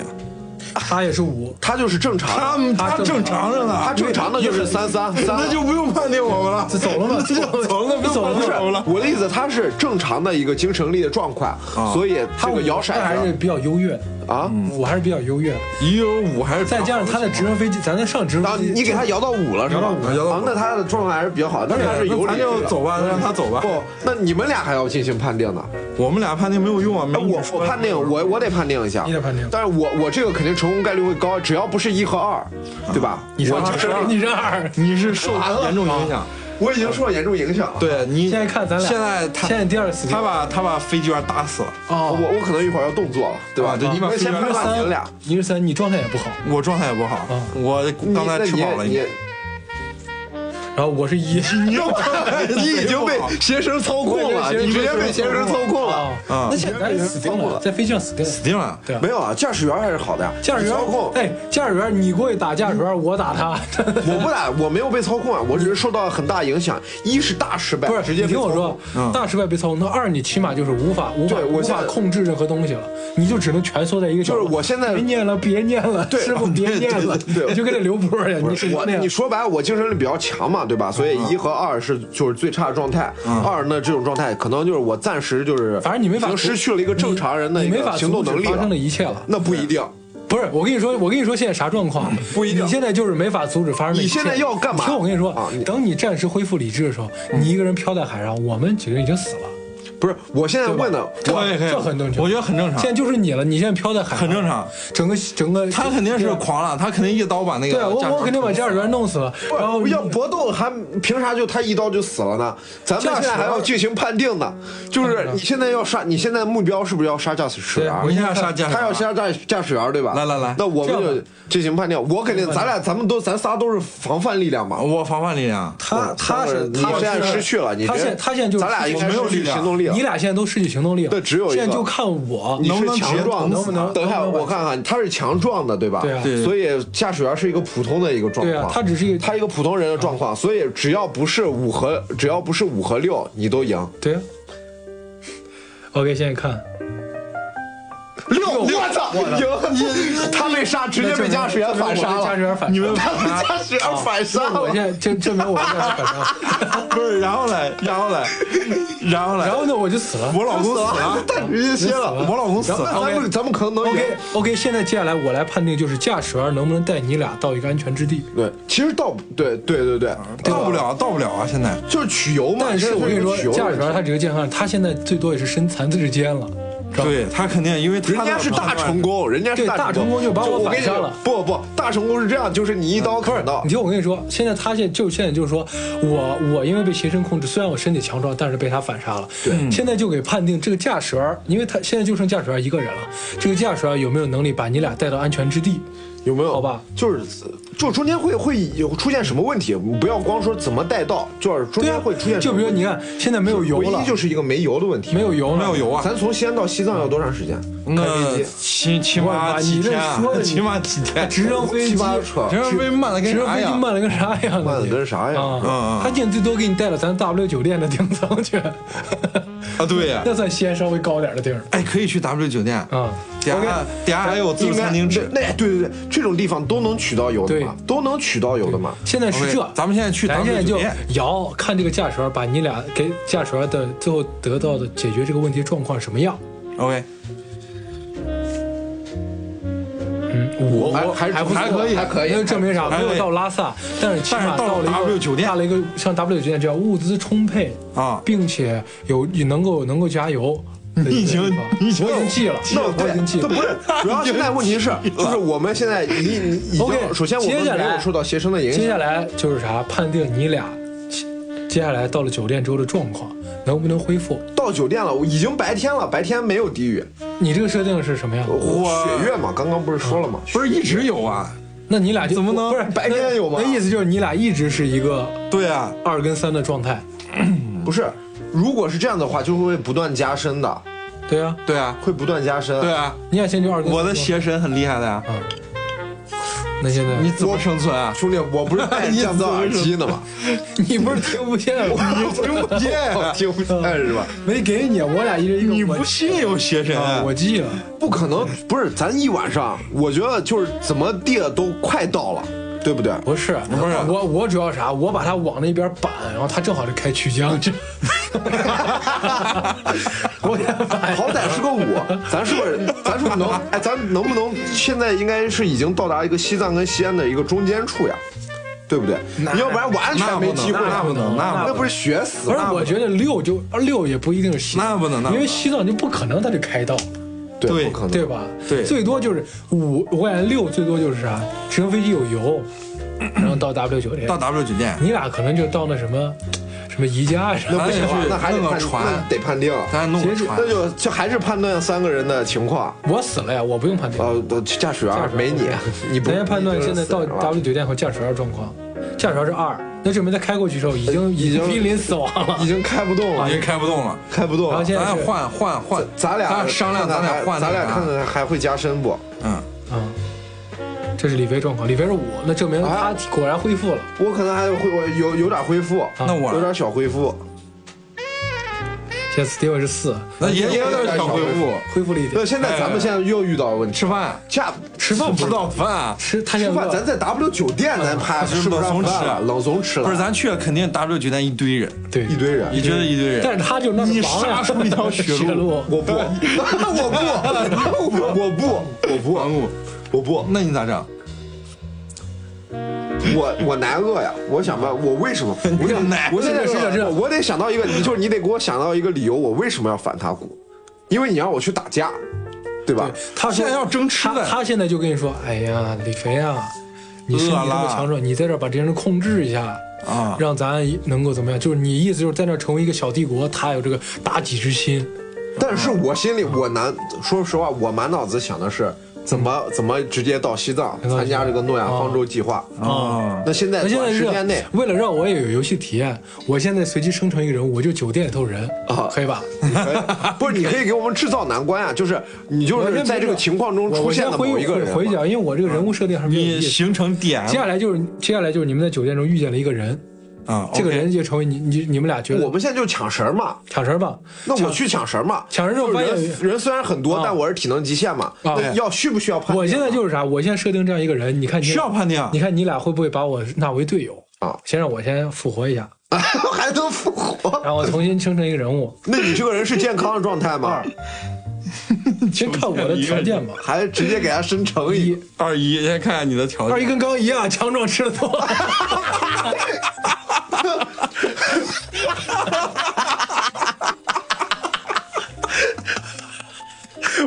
他也是五，
他就是正常的，
他们
他
他
正
正常着呢，
他正常的就是三 三三
那。就不用判定我们 了，
这走了吗？
这就走了，不用
走了
判
吗
定我们了。
我的意思，他是正常的一个精神力的状况，所以
他
这个
五
摇骰
他还是
子
比较优越，
啊，
我还是比较优越的。
一有五还是
再加上他的直升飞机，咱在上直
然后
升
你
机，
给他摇到五了是吧？
摇到五了摇到五
啊，那他的状况还是比较好，但是他是有
咱
理
就
的
走吧，让他走吧。
不，那你们俩还要进行判定呢。
我们俩判定没有用啊，没
哎，
有
我我判定，我我得判定一下，
你得判定
但是我我这个肯定成功概率会高，只要不是一和二，对吧？
你
我
说
就是
我
你这二。
你是受
完了
严重影响。
我已经受到严重影响了。，
对你
现在看咱俩，
现在他
现在第二次
他把他把飞机员打死了，
我
哦，
我可能一会儿要动作了，对吧？
啊对你把
那先
分别
判断你们俩
三，，你是三，你状态也不好。
我状态也不好，
嗯
我
你
刚才
那
吃
你
饱了一
你
点。
然后我是一，
你
你已经被邪神操控了，你直接被邪神操控了。
啊
哦那现在咱死定了，在飞机上死定了。
定了，
对啊
没有啊，驾驶员还是好的呀，
驾驶员
你操控，。
哎，驾驶员，你过去打驾驶
嗯
员，我打 他。
我不打，我没有被操控啊，我只是受到很大影响。一是大失败，
不是，
直接
你
被
听
操
我
控嗯
说，大失败被操控。那二，你起码就是无法无法
对我
无
现
法
在
控制任何东西了，你就只能蜷缩在一个角落。
就是我现在
别念了，别念了，
对
师傅别念了，
对对
你就跟那刘波一样，你是
我
那样嗯
你。说白了，我精神力比较强嘛，对吧？所以一和二是就是最差的状态。二那这种状态可能就是我暂时就是，
反正你没法
已经失去了一个正常人的
你
一
你没
个
法
行动能力
阻止发生的
了。
一切嗯了。
那不一定，
不是，我跟你说，我跟你说，现在啥状况？
不一定
你现在就是没法阻止发生的一切。
你现在要干嘛
听我跟你说
啊你，嗯
等你暂时恢复理智的时候，你一个人飘在海上，我们几个人已经死了。
不是。我现在问的，
我也可以，
这很正常
我觉得很正常
现在。就是你了，你现在飘在海上，
很正常。
整个整个，
他肯定是狂了，他肯定一刀把那个
对我
驾驶
我肯定把驾驶员弄死了，
不
然后
要搏斗还凭啥就他一刀就死了呢？咱们
驾驶啊嗯
现在还要
员
进行判定呢，就是你现在要杀，你现在目标是不是要杀驾驶员？
我一下杀驾驶员，
他要杀驾驾驶员对吧？
来来来
那我们
这样
就
吧
进行判定。我肯定，咱俩咱们都咱仨都是防范力量嘛。
我防范力量。
他他是
你
他
现在
是
失去了，你
他
这
现在他现在就是
咱俩应该
我没有
失去
力量
行动力了
你。俩现在都失去行动力了，
对只有一个
现在就看我
你
能不
是
能直
强
接
壮的，
捅死他
等一下
能不能
我看看，他是强壮的，对吧？
对啊
对
所以驾驶员是一个普通的一个状
对
况
啊，他只是一个
他一个普通人的状况，所以只要不是五和，只要不是五和六，你都赢。
对啊。OK，现在看，
六，我操，赢！他被杀，直接被驾驶员反杀
证明我被驾驶员
了。
反杀，你们
他被驾驶员反杀
我现
了。
在证证明我现在是反 杀，
不是，然后嘞，然后嘞，然后嘞，
然后呢我就死了。
我老公死了
啊，他直接歇了。
我老公死
那
了，
咱们咱们可能能赢。
OK OK，现在接下来我来判定，就是驾驶员能不能带你俩到一个安全之地。
对，其实到对对对对，
到不了，到不了啊！现在
就是取油嘛。
但是我跟你说
取，油
驾驶
的
员
问题
他这个健康，他现在最多也是身残志坚了，知道吧？
对他肯定，因为他
人家是大成，功，人家是
对
大
大成功就把我
我
反
跟你
杀
讲
了嗯
不不，大成功是这样，就是你一刀砍到
你。听我跟你说，现在他现在就现在就是说我我因为被邪神控制，虽然我身体强壮，但是被他反杀了。对，现在就给判定这个驾驶员儿，因为他现在就剩驾驶员一个人了，这个驾驶员有没有能力把你俩带到安全之地？
有没有？
好吧，
就是就中间会会有出现什么问题？不要光说怎么带到，就是中
对
间
啊，
会出现什
就
么
比如
问题
你看，现在没有油
唯
了
一，就是一个没油的问题。
没有油了，
没有油啊。
咱从西安到西藏要多长时间？
那
开飞机
起起
我
码
把
几
你这
天啊
说的，你
起码几天。
直升飞
七
机，
八车
直升飞机慢的跟
直升
啥
飞机
呀？
慢的跟啥样？
慢的跟啥呀
啊
嗯嗯
他见最多给你带到咱 W 酒店的顶层去，
啊，对呀。
那算西安稍微高点的地儿
哎，可以去 W 酒店
啊。
底下底下还有自助餐厅吃
应。该那对对对，这种地方都能取到油的嘛，
对
都能取到油的嘛。
现在是
OK，
这，
咱们现在去
咱现在
W 酒
就
店，
摇看这个驾驶员把你俩给驾驶员的最后得到的解决这个问题状况什么样。
OK，
嗯，
我
还
我
还
还
不错
还可以
还可以，那证明啥？
还
没
可以
有到拉萨，但是起
但
码
是到
了一个
W 酒店
到了一个像 W 酒店这样物资充沛
啊
并且有也能够能够加油的一个地方。
你已经你已经
我已经记了，
那
我已经记
对，
了
那。 不是，主要现在问题是，就是我们现在已已已
OK，
经，首先我们
接下
没
来
有受到携程的影
接下
响，
来就是啥？判定你俩接接下来到了酒店之后的状况能不能恢复？
到酒店了，我已经白天了，白天没有地狱，
你这个设定是什么呀？
哦
血月嘛，刚刚不是说了吗？
不是一直有啊？
那你俩就
怎么能
不是
白天有吗
那？那意思就是你俩一直是一个
对啊，
二跟三的状态，嗯
不是，如果是这样的话，就会不断加深的，
对呀、
对啊，
会不断加深。
对啊，
你俩现在就二跟三
我的
状态
邪神很厉害的呀，
那现在
你怎么生存啊？
兄弟，我不是 戴
你
降噪耳机呢吗？
你不是听不见 吗？
听不 见， 听不见是吧？
没给你，我俩一人一个。
你
我
不信有邪神
啊？我记了，
不可能，不是，咱一晚上，我觉得就是怎么地都快到了，对不对？
不是不
是
我我主要啥？我把他往那边板，然后他正好就开曲江 去。我给他板
好歹是个 我，咱是不是咱是不是能哎，咱能不能现在应该是已经到达一个西藏跟西安的一个中间处呀，对不对？你要不然完全没机会，
那不能，那不
那
能，
不是学死
不是
了？，
我觉得六就六也不一定是西藏，
那不能那不能
因为西藏就不可能他就开到，
对，
对
不可能，
对吧？
对
最多就是五，我感觉六最多就是啥，直升飞机有油，然后到 W 酒店
到，W 酒店，
你俩可能就到那什么什么宜家啥
那
的
不行啊
咱也是，
那还得
弄个
判
船
那得判定，
咱弄个
其实
船
那，就就还是判断三个人的情况。
我死了呀，我不用
哦
判定。
呃，不驾驶
驾
员
驶
没你，你不
人家判断现在到
你就是死人了
W 酒店和驾驶员状况，驾驶员是二，那证明他开过去之后已经已经
已经
濒临死亡了
已。经开不动了
啊已，经开不动了。
开不动
然
了
后。现在
咱
是
俩换换换，
咱
咱
俩
俩商量，
看
咱
看
俩换，
咱俩看，看还会加深不？
嗯，
啊，这是李飞状况，李飞是五，那证明他果然恢复了。
我可能还会我有有点恢复，
那
有
我
点小恢复。
现在 Steve 是四，
那也
也
有
有点
点小
小
恢
恢
复，
恢复了一
那
点。
现在咱们现在又遇到问题，
吃饭，
下
吃饭不
吃
知道
到饭，啊
吃，他
吃
现在
饭咱在 W 酒店咱拍
就是
哎吃不上
冷怂
饭
吃
了，冷怂吃了，
不是咱去了肯定 W 酒店一堆人，
对
一堆人。
你觉得一堆人？
但是他就那
你
忙呀
杀出一条血 路
血路，
我 不，我不，我不，我不，
王五，
我不，
那你咋整？
我我难饿呀！我想问，我为 什么？我
更难
我现在
是的是的
我得想到一个，你就是你得给我想到一个理由，我为什么要反他股？因为你让我去打架，对吧
对？，他说
现在要争吃
他
的
他现在就跟你说，哎呀，李飞啊，你身体
饿
这么
了
强壮，你在这儿把这些人控制一下。
啊，
让咱能够怎么样？就是你意思就是在那儿成为一个小帝国，他有这个妲己之心，
但是我心里我难，说实话，我满脑子想的是怎么怎么直接到西藏
西藏
参加这个诺亚方舟计划。
啊，
那现在
那现在
短
是
时间内，
为了让我也有游戏体验，我现在随机生成一个人物，我就酒店里头人，
啊
可以 吧？
不是你可以给我们制造难关啊，就是你就是在这个情况中
我
出
我
现
先
的
回
某一个人嘛。
回啊讲，因为我这个人物设定还是没有
嗯你
意思。
形成
接下
DM
来就是接下来就是你们在酒店中遇见了一个人，
啊，
这个人就成为你你你们俩觉
我
得
们现在就抢食儿嘛，
抢神吧？
那我去抢食儿嘛，
抢食儿之后
就是
发
人
现
人虽然很多，
啊
但我是体能极限嘛，
啊
那要需不需要判定啊？
我现在就是啥？我现在设定这样一个人，你看你
需要判定啊
你看你俩会不会把我纳为队友
啊？
先让我先复活一下，
还能复活。
然后我重新生成一个人物，
那你这个人是健康的状态吗？
啊先看我的条件吧。
还直接给他生成一
一
个？
二一，先看看你的条
二一
件。
跟刚一样，强壮吃的多。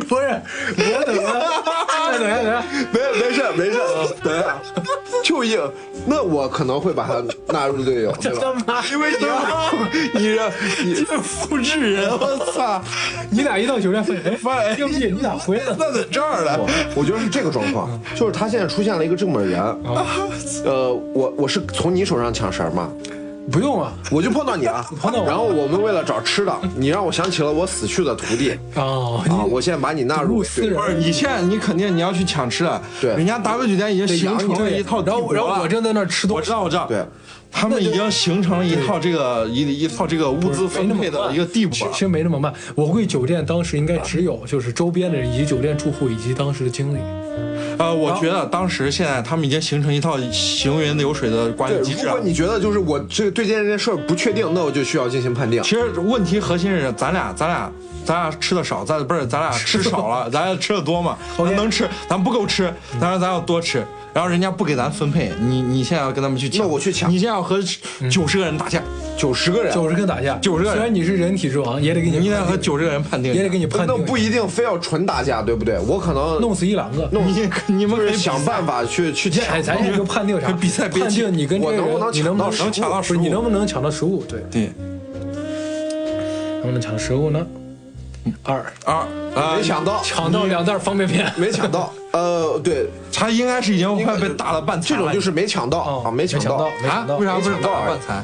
不是，我怎么？等一下，等一下，
没 没事没事，等一下，就一那我可能会把他纳入 队 友，对吧？
妈！
因为你要你让你
这复制人，我操！
你俩一到酒店发现，哎，发现对不起，你咋回来了？
那在这儿了，
我觉得是这个状
嗯
况，就是他现在出现了一个这么人，呃，我我是从你手上抢食儿嘛，
不用啊，
我就碰到你了，
碰到我了
然后我们为了找吃的，你让我想起了我死去的徒弟
哦，
啊，
你
我现在把你纳入
入
为
私
队
人
友
不是你现在你肯定你要去抢吃的，
对
人家 W 酒店已经形成了一套帝
然后
国
然后我
了。
正在那儿吃
我
东
知
西，
道，我知道，
对，
他们已经形成了一套这个一一套这个物资分配的一个地步
其
了
其。实没那么慢。我估计酒店当时应该只有就是周边的人以及酒店住户以及当时的经理。
呃，我觉得当时现在他们已经形成一套行云流水的管
对，
理机
如
制了
果。你觉得就是我这个对这件事儿不确定，那我就需要进行判定。
其实问题核心是咱俩，咱俩，咱俩吃的少，咱不是咱俩吃少 了，咱俩吃的多嘛？咱能吃，咱不够吃，当然咱要多吃。然后人家不给咱分配，你你现在要跟他们去抢，
那我去抢嗯
你现在要和九十个人打架，
九十个人，
九十个打架，
90个人
虽然你是人体之王，也得给你，
你现在和九十个人判定，
也得给你判
那
定，
不一定非要纯打架，对不对？我可能
弄死一两个。
你你们
就
可以
是想办法去去抢
哎，。咱这个判定啥？
比赛别
判定你跟这
我
个
能不能
人，你
抢
不
到
能
食物
能抢到
不
食
是
物
你能不能抢到食物？对，
对
能不能抢到食物呢？二，
二啊
没，抢到，
抢到两袋方便面。
没抢 到。呃，对，
他应该是已经快被打了半残
这
了，
种就是没抢到
哦
啊，没抢
没抢到没
啊
抢到，
为啥不是
没抢
打
到
了半残？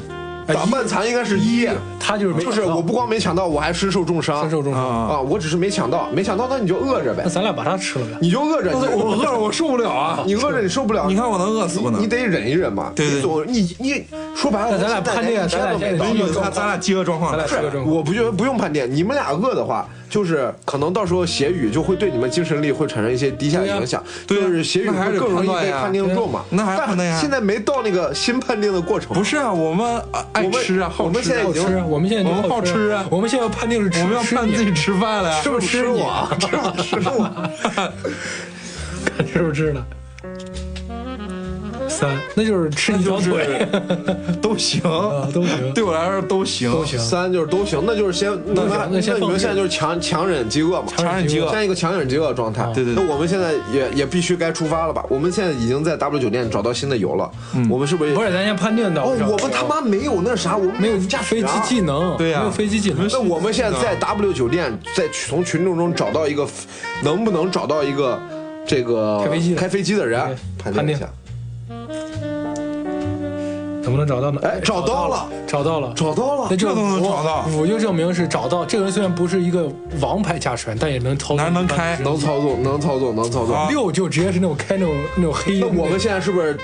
哎
打半残应该是一，
他哎就是没
就是
抢到
我不光没抢到，我还身受重伤
身。受重伤。
啊
啊，我只是没抢到，没抢到，那你就饿着呗
那，咱俩把他吃了呗。
你就饿着，你
我饿了，我受不了啊！
你饿着你受不了，
你看我能饿死不
你
能
你？得忍一忍嘛。
对对
你总你你说白
那
了，
咱俩
现在
判定啊
连
咱俩
一天都
现在
没
这
到
个
咱咱俩饥饿状况，
咱俩吃个
是
正果。
我不觉得
嗯
不用判定，你们俩饿的话，就是可能到时候血雨就会对你们精神力会产生一些低下影响，
对呀
就是血雨
那还
会
是
更容易
判断
被
呀
判定中嘛。
对呀那还是判断呀
但现在没到那个新判定的过程，
不是啊，我们啊爱
我们
吃啊，
我
好
们
吃
现
啊。
在已
好
经
吃，我们现在就
我们好吃啊
我们现在要判定是吃，
我们要
吃
判
你
自己吃饭了呀
是。不是
吃
你
我啊，吃我，
是不是呢？三，那就是吃一条腿
都行
啊，都行，
对我来说都 行，
都行。
三就是都行，那就是先那
行
那
那先
你
放
们
置
现在就是强强忍饥饿嘛，
强忍饥饿啊
现在一个强忍饥饿的状态。
对对对
那我们现在也也必须该出发了吧？我们现在已经在 W 酒店找到新的油了，
嗯
我们是不是？
不是，咱先判定的。
哦，我们他妈没有那啥，我们
没有
驾
飞
驶
机
员啊
技能，
对呀
没有飞机技能
那。我们现在在 W 酒店，在从群众中找到一个，能不能找到一个这个
开飞机的
开飞机的人
对
判
判
定一
定
下？
怎么能找到呢？
哎找到了
了，找到了。
找到了
那，
这
这
都能
五
找到
五就证明是找到这个人，虽然不是一个王牌驾驶员，但也能操作，
哪能开
能操作，能操作，能
好
操作。
六就直接是那种开那种那种黑
那
鹰。
我们现在是不是，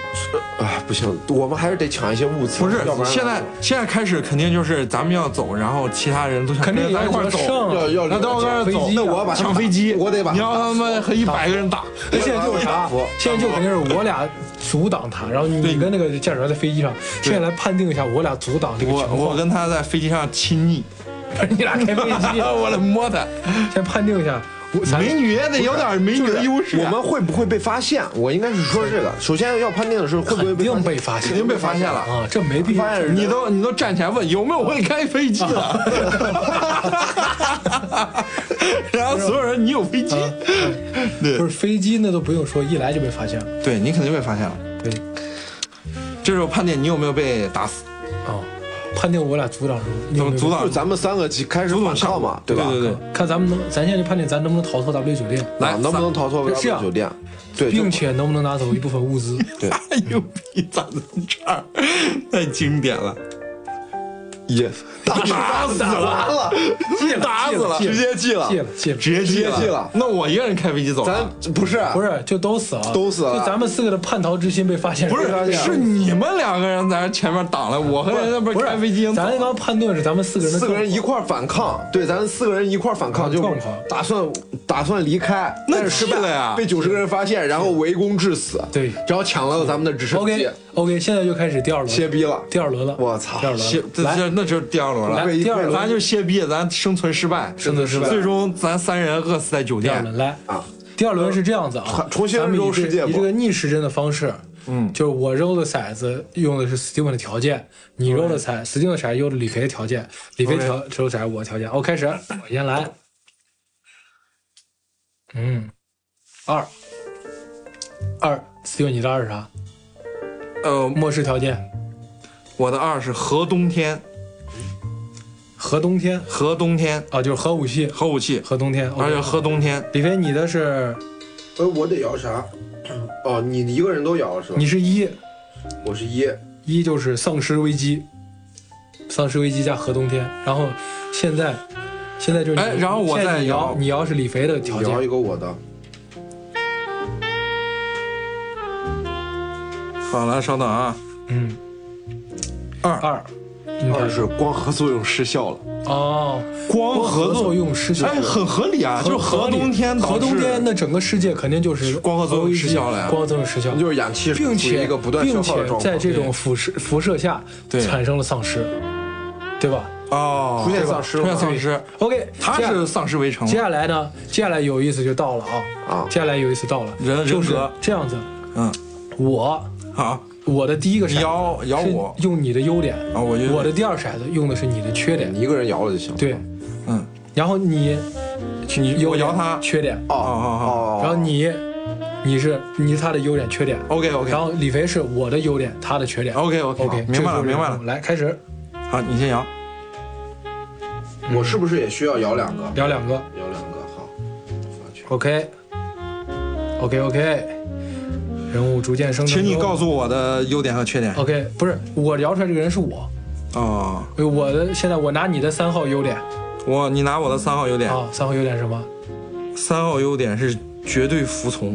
哎，不行，我们还是得抢一些物资。
不是
要不然
现在现在开始肯定就是咱们要走，然后其他人都想
肯定
跟咱一块儿走，
有啊人
要要
那到那儿
飞机
走，
啊那我要把他
抢
们
飞机，
我得把
你
他
要
们哎
他妈和一百个人打，
那现在就是啥
打服？
现在就肯定是我俩阻挡他，然后你跟那个驾驶员在飞机上，现在来判定一下我俩阻挡这个
我
情
我
况。
跟他在飞机上亲昵，
你俩开飞机，
啊
我得摸他，
先判定一下。我咱
美女也得有点美女的优势
我
啊，
们会不会被发现？我应该是说这个，首先要判定的是会不会
肯
被
定
发
被
现
发现，
肯定被发现了。
啊，这没必要
发。现人
你都你都站起来问有没有会开飞机 的，然后所有人你有飞机，
不
嗯对
是飞机那都不用说，一来就被发现了。
对，你肯定被发现了。
对，
这时候判定你有没有被打死，
啊，判定我俩阻挡什么？你
怎
有
么
没有
阻
就
挡
是？咱们三个开始反抗嘛，
对
吧？
对对，
看咱们能，咱现在就判定咱能不能逃脱 W 酒店，
来
啊能不能逃脱
是这
W
样
酒店？对，就
并且能不能拿走一部分物 资？
太牛逼，哎咱们这儿太经典了，
yes，打
打死了，
完了，
戒了
打死了，
戒
直
了
接记了，
戒了，戒了。
直接
直接记了
那我一个人开飞机走
咱
了，
不是啊
不是，就都死了，
都死了
就咱们四个的叛逃之心被发现，
不
被发
是
现
是你们两个人在前面挡了，我和人家
不
不是
是
开飞机走
咱刚刚判定是咱们四个人的
四个人
状
一块儿反抗，对，咱四个人一块儿反抗，就
状况
打算打算离开，
那
但是失败
气了呀
被九十个人发现，然后围攻致死，
对
然后抢了咱们的直升
况。
机
OK，OK，现在就开始第二
歇
轮，
逼了，
第二轮了，
我操
第二轮
歇
了，
这这那就是第二轮了
来，第二轮，
咱就歇逼，咱生存失败，
生存失败
最终咱三人饿死在酒
第二
店。
轮来
啊！
第二轮是这样子啊
重，重新
咱们以
扔
这
世界
以
吧
这个逆时针的方式，嗯，就是我扔的骰子用的是 Steven 的条件，你扔的骰 Steven 的骰用的李飞的条件，李飞条扔骰我的条件。哦，开始，我先来，嗯，二，二，Steven 你的二是啥？
呃，
末世条件
我的二是核冬天，
核冬天
核冬天，
啊，就是核武器
核武器，
核冬天，
哎
而且
OK
核冬天，
李飞，你的是
呃，我得摇啥？ 哦，你一个人都摇了是吧？
你是一，
我是一，
一就是丧尸危机，丧尸危机加核冬天，然后现在现在就是你
哎然后我
现在
再
你
摇
摇，你摇是李肥的条
摇
件，
一个我的，
好了，稍等啊，
嗯，
二
二嗯
二是光合作用失效了。
哦，
光合
合作用失效
哎，很合理啊，就是
合
核冬天导致，
核冬天那整个世界肯定就是
光合作用
OEG
失效了呀
光合作用失效，
就是氧气
并
处于
且
一个不断消
并
耗的
且
状况
在这种辐射辐射下
对
产生了丧尸，对吧？
哦，
出现丧尸了
出
嘛
现丧尸，
OK，
他
接下
是丧尸围城
接，下来呢？接下来有意思就到了啊！
啊
接下来有意思到了，
人
就是
人格
这样子。
嗯，
我
好，
我的第一个骰子
摇摇
是
我
用你的优点
啊我就
我的第二骰子用的是你的缺点，
你一个人摇了就行。
对。
嗯，
然后你
你
优
我
点
摇他，
缺点，
哦
哦
哦
然后你你是你是他的优点缺点
OK，OK
然后李飞是我的优点，他的缺点。
OK，OK，
OK，
哦好
这
明白了
就是
明白了
来开始
好，你先摇，
我是不是也需要摇两个？
聊两个。
摇两个，好。我去
OK OK OK，人物逐渐升腾
请
中。
你告诉我的优点和缺点。
OK，不是我聊出来这个人是我，
哦，
我的现在我拿你的三号优点
我你拿我的三号优点，
啊，三号优点是什么？
三号优点是绝对 服从，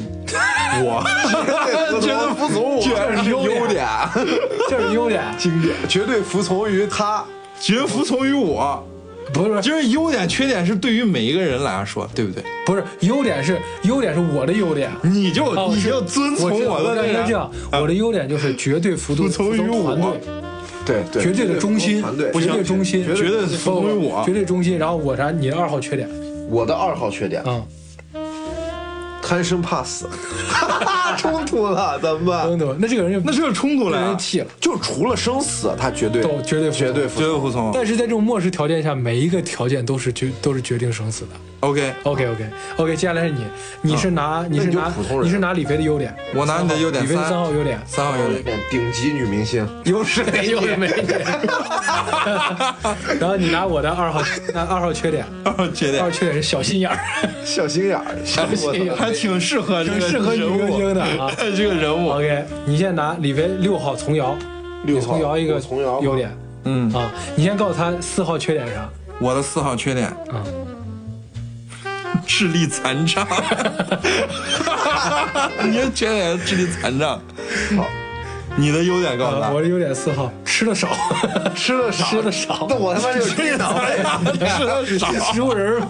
我 绝对服从我，
居然是优
优
点，
这是优点，
经典，绝对服从于他。
绝服从于我。
不是不是
就是优点缺点是对于每一个人来说，对不对？
不是优点是优点是我的优点。
你就、
哦
你
是
就遵从
我
的那
应该这样，我的优点就是绝对服从
服从于
服团
我
队，
对对
绝对的忠心
团队，
绝对忠心，
绝对服从于我
绝对忠心。然后我啥？你的二号缺点
我的二号缺点，
啊，
贪生怕死， 哈哈，冲突了怎么办？
等等，那这个人就
啊那这就冲突
这
了
个人
呀
就，气了。
就除了生死，他绝对
都绝对服从
绝对服
绝对
从。
服从。
但是在这种末世条件下，每一个条件都是决都是决定生死的。
OK，
OK OK OK，接下来是你，你
啊
是拿你是
那你就
拿
普通人
你是拿李飞的优点，
我拿你的优点
李飞的
三
三号优点，
三号优点，
顶级女明星，有史没有没
然后你拿我的二号那二号缺点，
二号 缺
二号
点
缺点是小心眼儿，
小心眼儿，小
心眼儿
还挺适合这
哎挺
个
适合女
人
明
物
星的啊。
这个人物，
OK，你先拿李飞六号从摇，
六号
从摇一个
我从摇吗
优点
嗯，
啊，你先告诉他四号缺点是啥
我的四号缺点
啊？
智力残 障，你的缺点是智力残障，
好，
你的优点告诉
啊
他
我，的优点四号，吃的少，
吃的少，
吃的少
那我他妈就是低能了，
是的少，
植物人儿。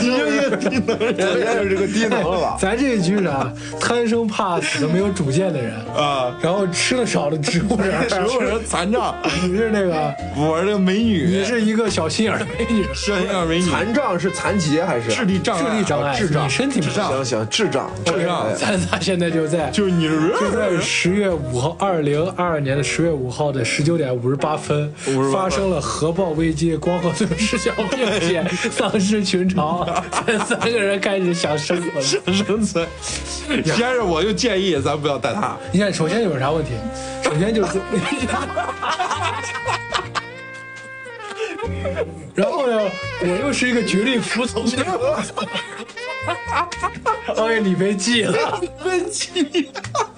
你就一个低能人
我也是这个低能了吧？
咱这一局是啥？贪生怕死的没有主见的人，
啊，
然后吃的少的植物人儿，
植物人残障，
你是那个，
我是这个美
你
女，
是一个小心眼儿的美女，
是一个美女，
残障是残疾还是
智力障
智
碍，
力障碍，
智障
你身体不
障
行。
行行，智障，
智障
哎
咱仨现在就在
就是你是
就在十月五号，二零二二年的十月五号的十九点五十八分
58，
发生了核爆危机、光合作用失效，并且丧尸群嘲， 咱三个人开始想生存了。
生存。 先是我就建议咱不要带 他，
你看，首先有啥问题？首先就是， 然后呢，我又是一个绝对服从 的人。OK，你被记了，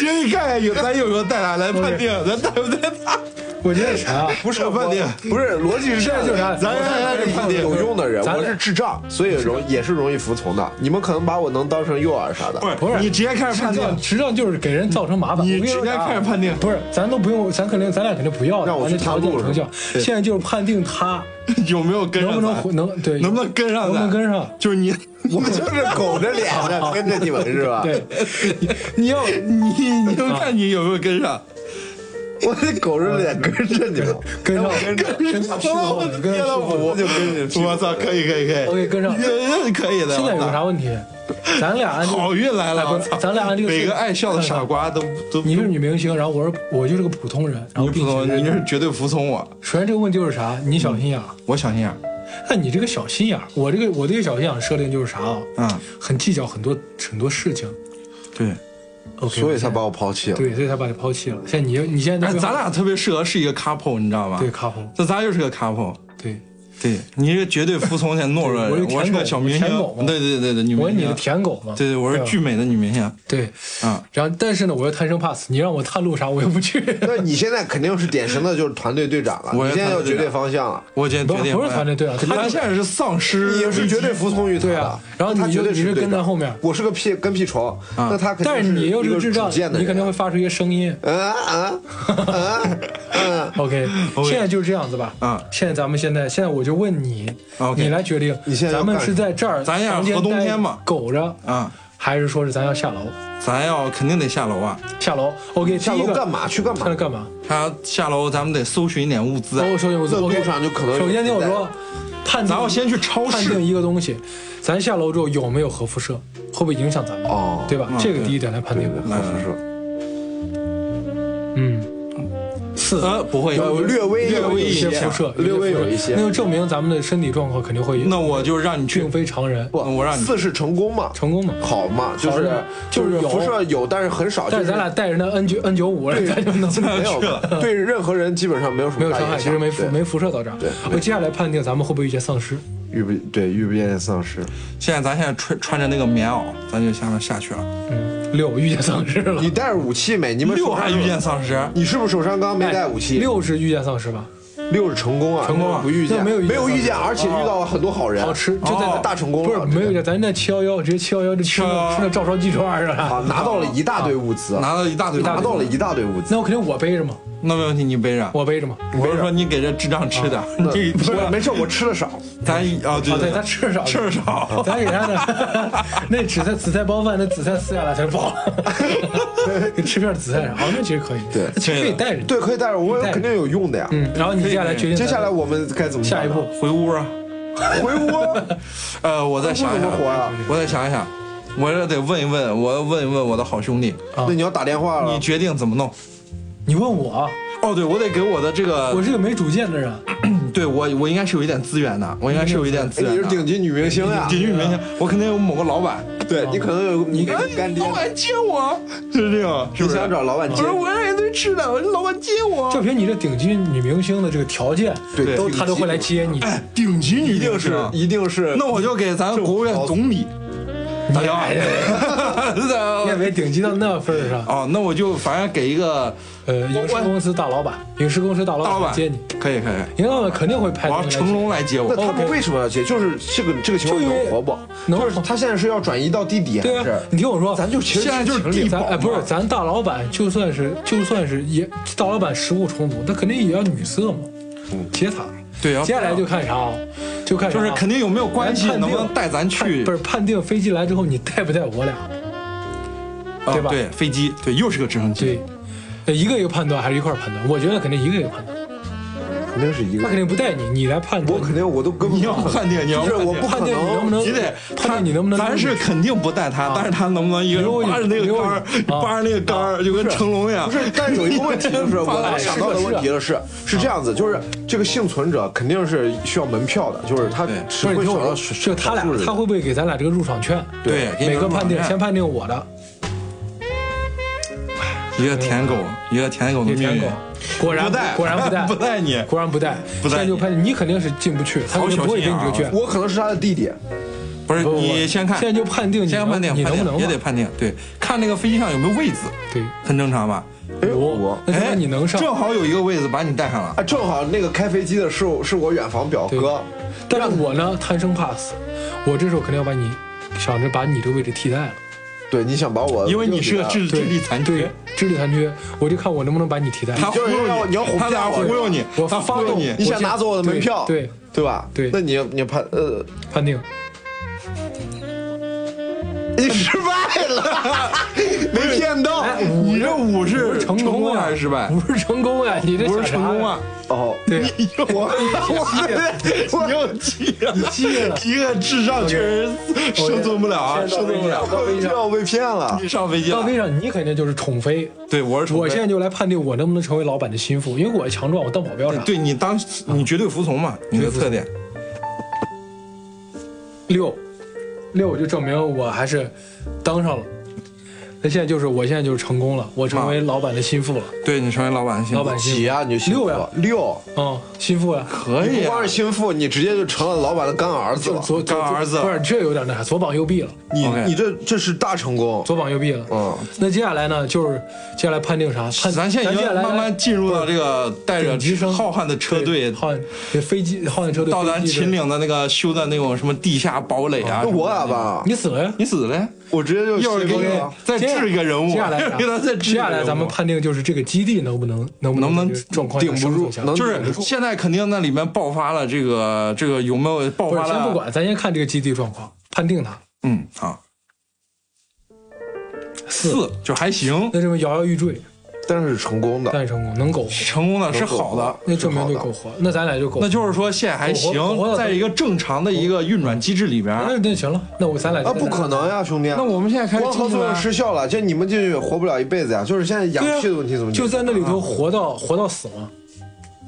今一看有咱有没有带他来判定，咱带不带他？
我觉得啥啊？
不是
这判定
我不是逻辑是这样
这就
的，
是啥
咱哎
他
咱
是判定有用的人，
咱
我是智障，所以容也是容易服从的。你们可能把我能当成诱饵啥的，
不是你直接开始判
实际上
定，
实际上就是给人造成麻烦。
你
我跟
直
说
接
啥
开始判定，
不是，咱都不用，咱肯定，咱俩肯定不要的，
让我
咱这
去探
条件
路
成
是
效
吧。
现在就是判定他
有没有跟
能不
上
能回
咱？
能对，
能不能跟上咱？
能不能跟上？
就是你，
我就是拱着脸 的跟着你们是
啊
吧？
对，
你要你
啊
你就看你有没有跟上。
我得拱着脸跟着你 们，哎
跟上，
跟着
跟上，跟上，跟
天
上
了。我
就跟着去
我操，可以可以可以
OK，跟上
这可以的。
现在有个啥问 题？咱俩按这个
好运来了，
哎
我
不是
操！
咱俩按这个
每
顺
个
序
爱笑的傻瓜都都，
你是女明星，然后我是我就是个普通人，然后
你
并
服从，
且
你是绝对服从我。
首先这个问题就是啥？你小心眼儿，
我小心眼儿，
那你这个小心眼儿，我这个我这个小心眼儿设定就是啥啊？
嗯，
很计较很多很多事情。
对。
OK，
所以才把我抛弃了。
对，所以才把你抛弃了。现在你你现在
哎，咱俩特别适合是一个 couple，你知道吗？
对 couple
那咱俩就是个 couple，
对，
对你是个绝对服从且懦弱的人，
对 我
我是
是
个
个
小
舔狗
明星
我舔狗，嘛
对对对对，女
我
明
是
星，
你的啊舔狗嘛，
对对，我是
吧
巨美的女明星
对，
啊，
然后但是呢，我又贪生怕死，你让我探路啥我又不去，
那你现在肯定是典型的就是团队队长了，
我
你
也
现在要
团队
绝
队
对
长
方向了，
我今天
不
决定
不是
我
团队队长肯定
他现在是丧尸
你
危机，
是绝对服从于他
对
的
啊。然后
他
你
绝
就
对
你
是
就
队
跟
长
在后面啊
我是个屁跟屁虫，那他肯定
但是你又
一
是
个
个智障
主见，的
你
人，啊
肯定会发出一些声音。
嗯嗯嗯嗯，
OK，
OK
现在就是这样子吧。
啊
现在咱们现在现在我就问你
OK
你来决定，
你现在要
咱们是在这儿
干什么咱
房
俩
间
合冬
待
天嘛
苟着，
啊，
还是说是咱要下楼？
咱要肯定得下楼啊，
下楼，OK，
下
第
楼
一个
干？嘛去干嘛
下楼？干嘛？
他下楼咱们得搜寻一点物资啊，
包括首先我
那
OK，
路上就可能有
首先听我
人
说，判定
咱要先去超
判
市
定一个东西，咱下楼之后有没有核辐射，会不会影响咱们？
哦
对吧
嗯？
这个第一点来判定。
核辐射，
嗯，四
呃不会
呃，略微
略微
有一些
一些
辐射，
略微有一
辐射
些
那就证明咱们的身体状况肯定会有，
那我就让你去
并非常人
不，
我让你
四是成功嘛，
成功嘛。
好嘛，就
好
是
的
就是
就是有
辐射有，但是很少，
但
就是
咱俩带着那 N 九 N 九五，咱就能
俩
没
去了
有对任何人基本 上没有什
没
么
有
大
伤害，
影
其
响
实，没辐
对
没辐射到这儿
对。
我接下来判定咱们会不会遇见丧尸？
遇不对遇不见丧尸，
现在咱现在穿穿着那个棉袄，咱就下面下去了。
嗯，六遇见丧尸了
你。带着武器没？你们
六
手上
还
有
遇见丧尸，
你是不是手上刚刚没带武器？
哎六是遇见丧尸吧？
六是成功啊，
成功啊
不遇
那
见，
没有遇见
没有遇见，而且遇到了很多好人，
好吃，就在
哦
咱
大成功
不是
了，
没有遇见，咱那七幺幺直接七幺幺就吃
711
那吃那照烧鸡串是吧？
啊，拿到了一大堆物
啊
资，
拿到一大堆，
拿到了，一大堆物资，
那我肯定我背着嘛，
那没问题，你背着。
我背着嘛。
我是说你给这智障吃的，你这
不
吃
是
了
没事，我吃的少，
咱啊对
啊，对，咱吃少
吃少，
咱给他的 那紫菜紫菜包饭，那紫菜撕下来全饱 了，你吃片紫菜啥，哦，那其实可以，
对
其实可以带着。
对，可以带着，我
带着
肯定有用的呀。
嗯，然后你接下来决定咱
接
们
下来我嗯们该怎么办
下一
呢
步
回屋啊。
回屋？
呃，我再想一想
那怎么活啊呀，
我再想一想，我这得问一问，我要问一问我的好兄弟，
啊
那你要打电话
你
了。
决定怎么弄？
你问我，啊
哦，对，我得给我的这个
嗯
我，是个没主见的人，啊
对我我应该是有一点资源的，我应该是有一点资
哎你
源
是
啊
的。
顶级女明星呀，
顶级明星，我肯定有某个老板，
对你可能有你
哎
干爹
老，板接我，就是这样，是
你
不是？
想找老板接
我，说我让一堆吃的，我说老板接我。
就凭你这顶级女明星的这个条件，
对
都
顶
他都
级嗯
会来
女
接你。
哎，顶级女
一定是一定是。哎
那我就给咱国务院总理打 电话。
你也没顶级到那份儿上。
哦，那我就反正给一个
呃，影视公司大老板，影视公司大
大老
老
板
板接你，，
可以可以，
影视老板肯定会派
我
人
要
来
成
接。
龙来接
哎那
我。
他们
哦 OK
为什么要接？就是这个这个情况
就因为
能活不？
能
就是
活
他现在是要转移到地底
对
还
啊
是？，
你听我说，
咱就其实
现在就是
情侣
地
咱
保
哎，不
嘛
是，咱大老板就算是就算是也大老板食物充足，那肯定也要女色嘛，接他。
嗯对要
接下来就看啥啊，就看啥
就是肯定有没有关系，
咱判定
能不能带咱去
判不？是判定飞机来之后，你带不带我俩？
啊
对吧
对，飞机，对，又是个直升机。
对，呃一个一个判断还是一块儿判断？我觉得肯定一个一个判断。
肯定是一
他
个
肯。定不带你，你来判断。
我肯定我都根本
你要
不可能
判定你要
就
判
是
定
我不可
判定你能不
能。
能，
你得
判定你能不能。
咱是肯定不带他，但是他能不能一个人
溜进
扒着那个
溜进
杆儿，
啊
扒着那个杆儿，就跟成龙一样。
不是，但是有一个 问题就是，我能想到的
啊
问题了是是这样子，就是这个幸存者肯定是需要门票的，就是他
对
只
不是
会
你听
选
我
到
说，就他俩
少数人
他会不会给咱俩这个入场券？
对，给你
每个
弄
判定
上
先判定我的，
一个舔狗，一个舔狗的
也嗯
命
舔
运
狗。，果然
嗯不带，
果然不带，
不带你。
果然不带，
不带你
现在就判定你肯定是进不去，他肯定不会给你这个券。
我可能是他的弟弟，
不是
不不
你先啊看，
现在就判定你
先
能
判定，
你
判
能不
定
能
也
嘛
得判定，对，看那个飞机上有没有位子，
对，
很正常吧？
哎
有
我，
那说
哎，
明你能上，
正好有一个位子把你带上了。
啊，正好那个开飞机的是我是我远房表哥，
但是我呢贪生怕死，我这时候肯定要把你想着把你这个位置替代了，
对，你想把我，
因为你是个智智
对
力残
对
缺，，
智力残缺，我就看我能不能把你替代。
他忽
就是
悠
要
你，
你要哄
他
骗
咋
我
忽悠你？
我
他
发
忽悠
动
你
你，想
我
拿走我的门票，
对对
对吧？
对
那你你判呃，
判定，
你失败了， 没骗到
哎
你这五
不
是
是成啊功呀
啊还是失败？
不是成功呀，你这
不是
想啥
成功
呀
啊！！
哦，
对呀，
你我我你
我
又急了，你
急了
一个智障确实生存不了啊，生存不了。
我知道我被骗了，
你上飞机
到
了？
飞上你肯定就是宠妃，
对，我是宠
我
妃
现在就来判定我能不能成为老板的心腹，因为我强壮，我当保镖啥。
对你当你绝对服从嘛，你的特点。
六，六就证明我还是当上了。那现在就是我现在就是成功了，我成为老板的心腹了，
对你成为老板的幸
老
福
板，心
几
腹，
呀？啊你就幸福
六呀
六，
嗯，心腹呀。
可
你
以啊
不光是心腹，你直接就成了老板的干儿子了。
左
干儿子
不是这有点那啥，左膀右臂了，
你
OK
你这这是大成功。
左膀右臂了。
嗯，
那接下来呢，就是接下来判定啥？判
咱现在已
接
经
下来
慢慢进入到这个带着
顶级生
浩瀚的车队，
浩瀚飞机浩瀚车队
到咱
飞机
秦岭的那个修的那种什么地下堡垒啊。
那我
什
俩
么的，
吧，
你死了呀！
你死了呀？
我直接就
一会儿
信
给
封
你
了
再治一个人物，
接下来
给他再治
接
一个
下来
人物
咱们判定就是这个基地能不能能不
能不能
在这个状况
顶不
生存
住
下来
能
就是现在肯定那里面爆发了这个这个有没有爆
不是
发
先
了？
不管，咱先看这个基地状况，判定它
嗯，好，四就还行，
那这么摇摇欲坠，
但是是成功的。
但是成功能苟活，
成功的是好的，
那证明
是
就
好的
苟活，那咱俩就苟活。
那就是说现在还
我活
行，
我
在一个正常的一个运转机制里边。
那那行了，那我咱俩
啊，不可能呀，兄弟！
那我们现在开始
光合
进去
作
了
用失效了，这你们进去活不了一辈子呀。就是现在氧
对啊
气的问题怎么解决
就在那里头
啊
活到活到死嘛。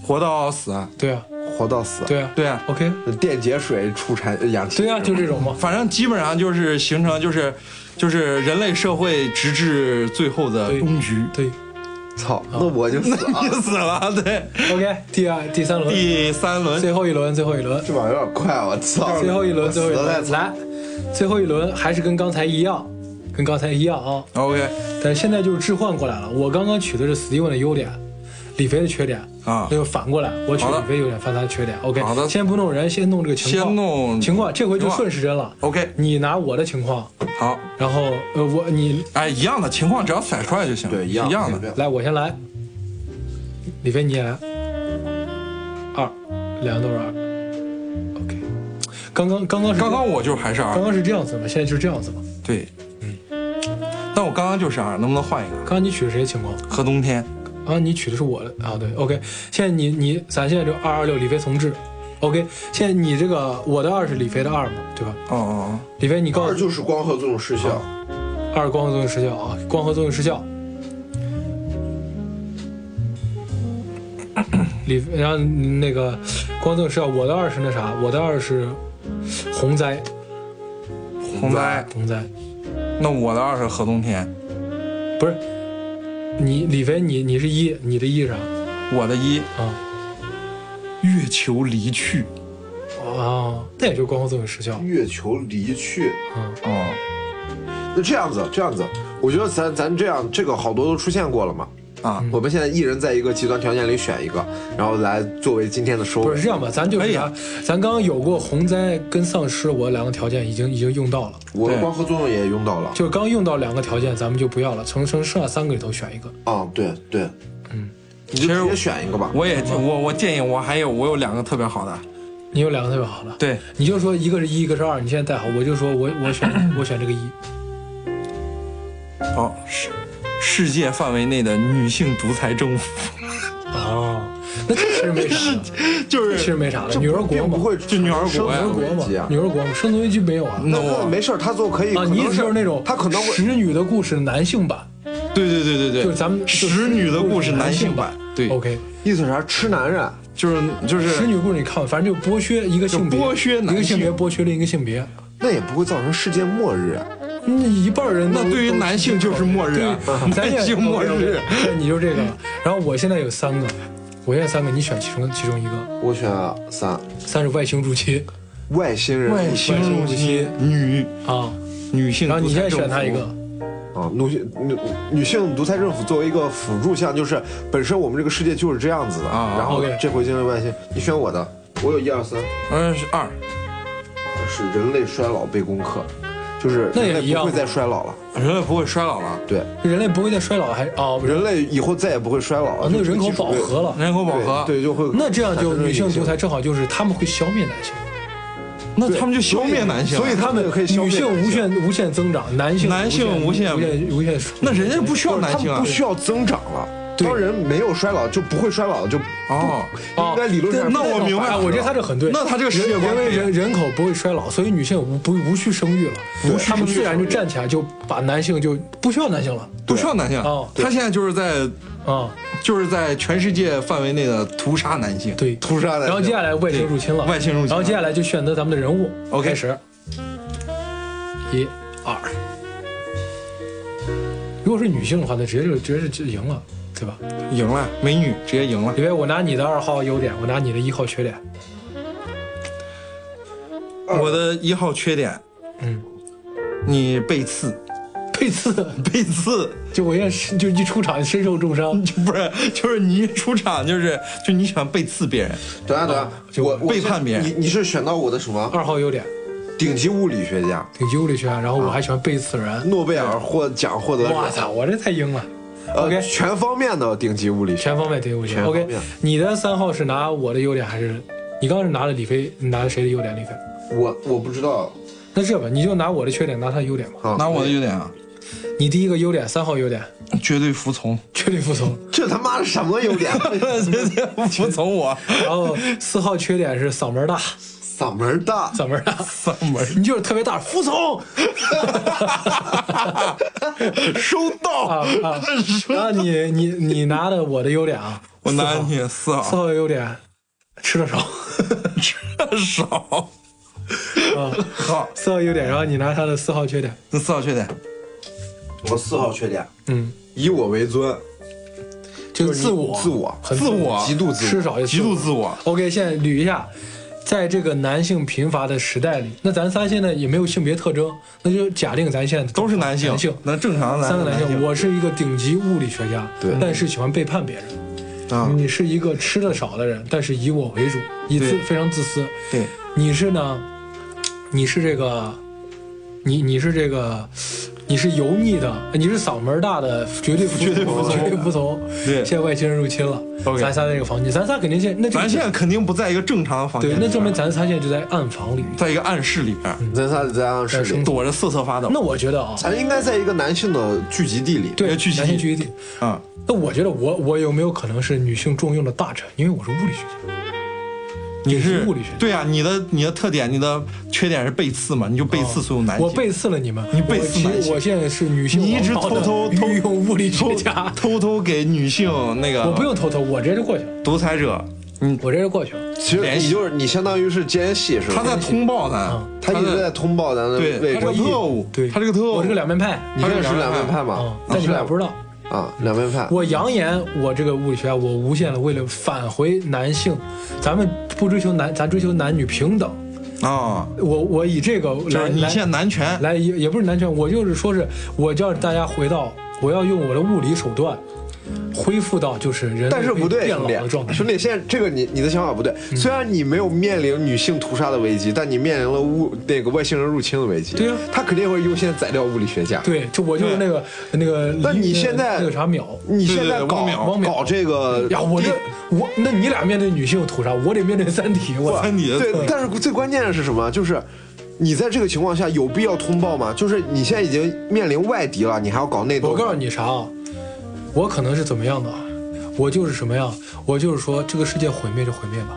活到死啊，
对啊，
活到死？
对啊，
对啊，
，OK，
电解水出产呃氧气。
对啊，就这种嘛。
反正基本上就是形成就是就是人类社会直至最后的
对
终
嗯
局，
对
操，那我就死了。
你 死了，对，
，OK，第二第三轮，
第三轮
最后一轮，最后一轮，
这把有点快，啊我操！
最后一轮，
我
最后一
死得太
轮，
惨
来，最后一轮还是跟刚才一样，跟刚才一样啊。
，OK
但是现在就是置换过来了。我刚刚取的是 Steven 的优点，李飞的缺点
啊
那就反过来，我取
好的
李飞优点，犯他的缺点。OK，
好的
先不弄人，先弄这个情况。
先弄
情况，这回
情
就
况
顺时针了。
OK，
你拿我的情况，
好，
然后呃，我你
哎，一样的情况只要甩出来就行了，
对，
一
一样
样的，。
来，我先来，李飞你也来，二，两个都是二。OK，刚刚刚刚是
刚刚我就还是二
刚，刚是这样子嘛，现在就是这样子嘛。
对，嗯，但我刚刚就是二，能不能换一个？
刚刚你取的谁的情况？
何冬天，
啊，你取的是我的啊，对，OK。现在你你咱现在就二二六李飞重置，OK。现在你这个我的二是李飞的二嘛，对吧？
哦哦
李飞，你告
二
诉
就是光合作用失效，
二光合作用失效啊，光合作用失效。李，然后那个光合作用失效，我的二是那啥，我的二是洪灾，
哦，红白，
洪灾
那我的二是何冬天，
不是你李飞，你你是一，你的一是啥
我的一
啊？
月球离去，
啊，那也就是光合作用失效，
月球离去。
嗯，
哦，
那这样子，这样子，我觉得咱咱这样，这个好多都出现过了嘛。
啊，
我们现在一人在一个极端条件里选一个，然后来作为今天的收
不
尾
是。这样吧？咱就
可
是
以
啥、
啊
咱刚刚有过洪灾跟丧尸，我两个条件已经已经用到了，
我的
对
光合作用也用到了。
就是刚用到两个条件，咱们就不要了，从剩剩下三个里头选一个。
啊，对对，
嗯，
你就
其实
直接选一个吧。
我也我我建议我还有我有两个特别好的，
你有两个特别好了，
对，
你就说一个是一，一个是二，你现在带好，我就说我我选我选这个一。
哦是。世界范围内的女性独裁政府，
哦，那这其实没啥的，
就
这其实
是
没啥的，女儿国
并不
嘛，
会
就女儿国
女
呀
儿国
危机
嘛
啊，
女儿国嘛，生存危机没有啊？
那
那那
我
没事儿，他最后可以
啊，
可
你意
能
思就是那种
他可能会
使女的故事男性版，
对对对对对，
就是咱们就
使女的故事男
性
性版，对，
OK，
意思是啥？吃男人，
就是就是
使女故事你看，反正就剥削一个性别，
就剥削男性
一个性别剥削另一个性别，
那也不会造成世界末日啊。
那一半儿人都
那对于
都
男性就是末日啊
对，咱也
男性末日，
那你就这个。然后我现在有三个，我现在三个，你选其中其中一个。
我选三，
三是外星入侵
外星人
外星入侵女
啊，
女性，
然后你现在选他一个，
啊，女性女女性独裁政府作为一个辅助项，就是本身我们这个世界就是这样子的。
啊
然后
OK
这回进入外星，你选我的，我有一二三，
嗯，是二，
是人类衰老被攻克，就是
那也
人
一
类
样
不会再衰老了。
人类不会衰老了，
对，
人类不会再衰老还哦，
人类以后再也不会衰老
啊
了，
那
就这
人
个
口
技术
饱
会
和了，
人口饱和，
对，对就会
那这样就
产生
女性
影响
独裁正好就是他们会消灭男性，
那他们就消灭男性了，
所以他们可以消灭
女性
男
无限无限增长，男性
男性
无
无
无
限
限无限
那人家不需
不
要
是
男性
他
啊
们不，需要增长了。
对
当人没有衰老，就不会衰老，就
哦，
哦
应该理论
对
上
那我明白
哎我觉得他这很对，
那他这个世界观
因为
可以
人人口不会衰老，所以女性无不无需生育了，他们自然就站起来就把男性就不需要男性了
不需要男性啊
哦，
他现在就是在
啊，
就是在全世界范围内的屠杀男性，
对。
屠杀的。
然后接下来外星入侵了，
对外星入侵了
然后接下来就选择咱们的人物
OK
开始，一、二，如果是女性的话，那直接就直接就赢了，对吧？
赢了，美女直接赢了。
因为我拿你的二号优点，我拿你的一号缺点，
我的一号缺点，
嗯，
你背刺，
配次
背刺
就我也是就一出场身受重伤，
就不是，就是你一出场就是就你喜欢背刺别人，
等下等下，
就
啊我我
背
是
叛别人
你你是选到我的什么
二号优点
顶级物理学家，
挺优的缺点，然后我还喜欢背刺人，
诺贝尔获奖获得者，
我操，我这太硬了。
呃，
OK
全方面的顶级物理学，
全方位对我觉得
全方
OK，
面
你的三号是拿我的优点还是你刚刚是拿了李飞，你拿了谁的优点？李飞？
我我不知道
那这吧，你就拿我的缺点，拿他的优点吧。
啊，
拿我的优点啊，
你第一个优点，三号优点，
绝对服从，
绝对服从。
这他妈是什么优 点？
绝对不服 从我，
然
哦
后四号缺点是嗓门 大，
嗓门大，
嗓门大，
嗓门
你就是特别大，服 从。
收到
啊，啊！然后你你你拿的我的优点啊，
我
四
拿
号
你四
四
号，
号优点，吃的少。
少，
啊，
好，
四号优点，然后你拿他的四号缺点，
那四号缺点，
我四号缺点，
嗯，
以我为尊，
就是
你
自我，
自我
很
自我
极度
吃
自我，
少就
极度自我，
OK，现在捋一下，在这个男性贫乏的时代里，那咱仨现在也没有性别特征，那就假定咱现在
都是男性
男性，
那正常的
三个
男
男性，我是一个顶级物理学家，
对
但是喜欢背叛别人。
啊
你是一个吃的少的人，但是以我为主，以自
对
非常自私。
对，
你是呢？你是这个，你你是这个，你是油腻的，你是嗓门大的，绝对服从
绝对服从
绝对服从。
对
现在外星人入侵了
OK
咱仨在这个房间，咱仨肯定现那就
咱现在肯定不在一个正常的房间
对
里，边，
那证明咱仨现在就在暗房里。
在一个暗室里边，
咱仨在暗室
生
里，
躲着瑟瑟发抖
那我觉得啊，
咱应该在一个男性的聚集地里，
对，
要聚集
男性
地
聚集地。
啊，
那我觉得我我有没有可能是女性重用的大臣？因为我是物理学家，
你是
物理学家
对啊，你的你的特点，你的缺点是背刺嘛，你就背刺所有男性，
哦啊我背刺了你们，
你背刺
我其
男
实
性
我现在是女性，
你一直偷偷偷
御用物理学
偷
家，哦
偷偷给女性那个
我不用偷偷，我直接就过去了，
独裁者，嗯，
我直接就过去了。
其实
联系
你就是你相当于是奸细是吧？
他在通报咱
嗯，
他一直在通报咱的
对，
位
他是个
置，
特务，
对，
他是个特务，
我是个两面派
你也是两面派
啊
嘛，，
但你们
是
俩不知道。
啊，两面派，
我扬言，我这个物理学家，我无限的为了返回男性，咱们不追求男，咱追求男女平等。
啊，
我我以这个
就
来
是你
来
现在男权，
来也也不是男权，我就是说是我叫大家回到，我要用我的物理手段恢复到就是人类
但是不对，
变
兄
老的状
弟，
态。
兄弟，现在这个你你的想法不对。虽然你没有面临女性屠杀的危机，但你面临了物那个外星人入侵的危机。
对啊
他肯定会优先宰掉物理学家。
对，就我就是那个那个李，
那你现在
那个啥秒
你现
对对
在
对
搞
汪淼
汪淼
搞这个
呀，我这
这
我那你俩面对女性屠杀，我得面对三体，我
三体的
对，但是最关键的是什么？就是。你在这个情况下有必要通报吗？就是你现在已经面临外敌了，你还要搞内斗？
我告诉，你啥啊，我可能是怎么样的啊，我就是什么样，我就是说这个世界毁灭就毁灭吧，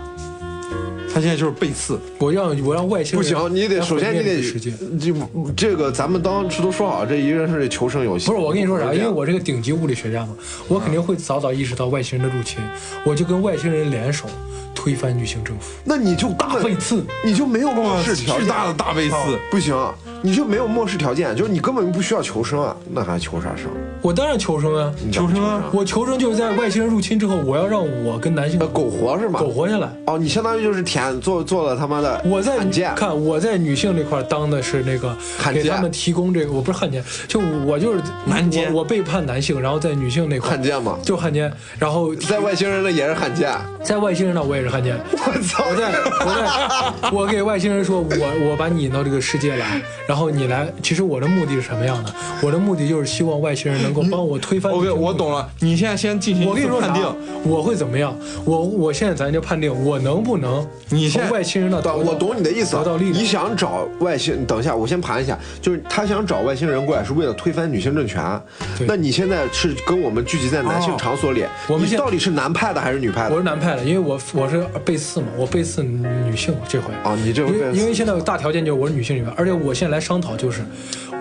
他现在就是背刺，
我让我让外星
不
人
行，你得
来
首先
毁
你
灭这
得
个世界。
就这个，咱们当时都说好，这一个人是求生游戏。
不是我跟你说
不
啥，
这
因为
样
我是个顶级物理学家嘛，我肯定会早早意识到外星人的入侵，我就跟外星人联手推翻女性政府，
那你就根
大
本
背刺。
你就没有
哇
末，世条
巨
件，哦
大的大背刺，
不行，你就没有末世条件，就是你根本不需要求生啊，那还求啥生？
我当然求生啊，
你咋不
求生啊
我求生就是在外星人入侵之后，我要让我跟男性
呃，苟活是吗？
苟活下来。
哦，你相当于就是舔做做了他妈的
我在
汉奸，
看我在女性这块当的是那个
汉
给
奸
他们提供这个，我不是汉奸，就我就是
男奸
我我背叛男性，然后在女性那块
汉奸嘛
就汉奸，然后
在外星人的也是汉奸。
在外星人那我也是汉奸，
我操！
我在我 在我给外星人说，我我把你引到这个世界来，然后你来。其实我的目的是什么样的？我的目的就是希望外星人能够帮我推翻。
嗯
OK，我。懂了，你现在先进行
啊我
一
跟你说
次
啥
判定，？
我会怎么样？我我现在咱就判定我能不能
你
从
现在
外星人那
懂，我懂你的意思
得到。力量
你想找外星？等一下，我先盘一下，就是他想找外星人过来是为了推翻女性政权。
对
那你现在是跟我们聚集在男性
哦
场所里，
我们
你
现
到底是男派的还是女派
我
的？
是男派的，因为我我是背刺嘛，我背刺女性这回。
哦你这回
因
背
为
刺
因为现在有大条件就是我是女性里面，而且我现在来商讨就是，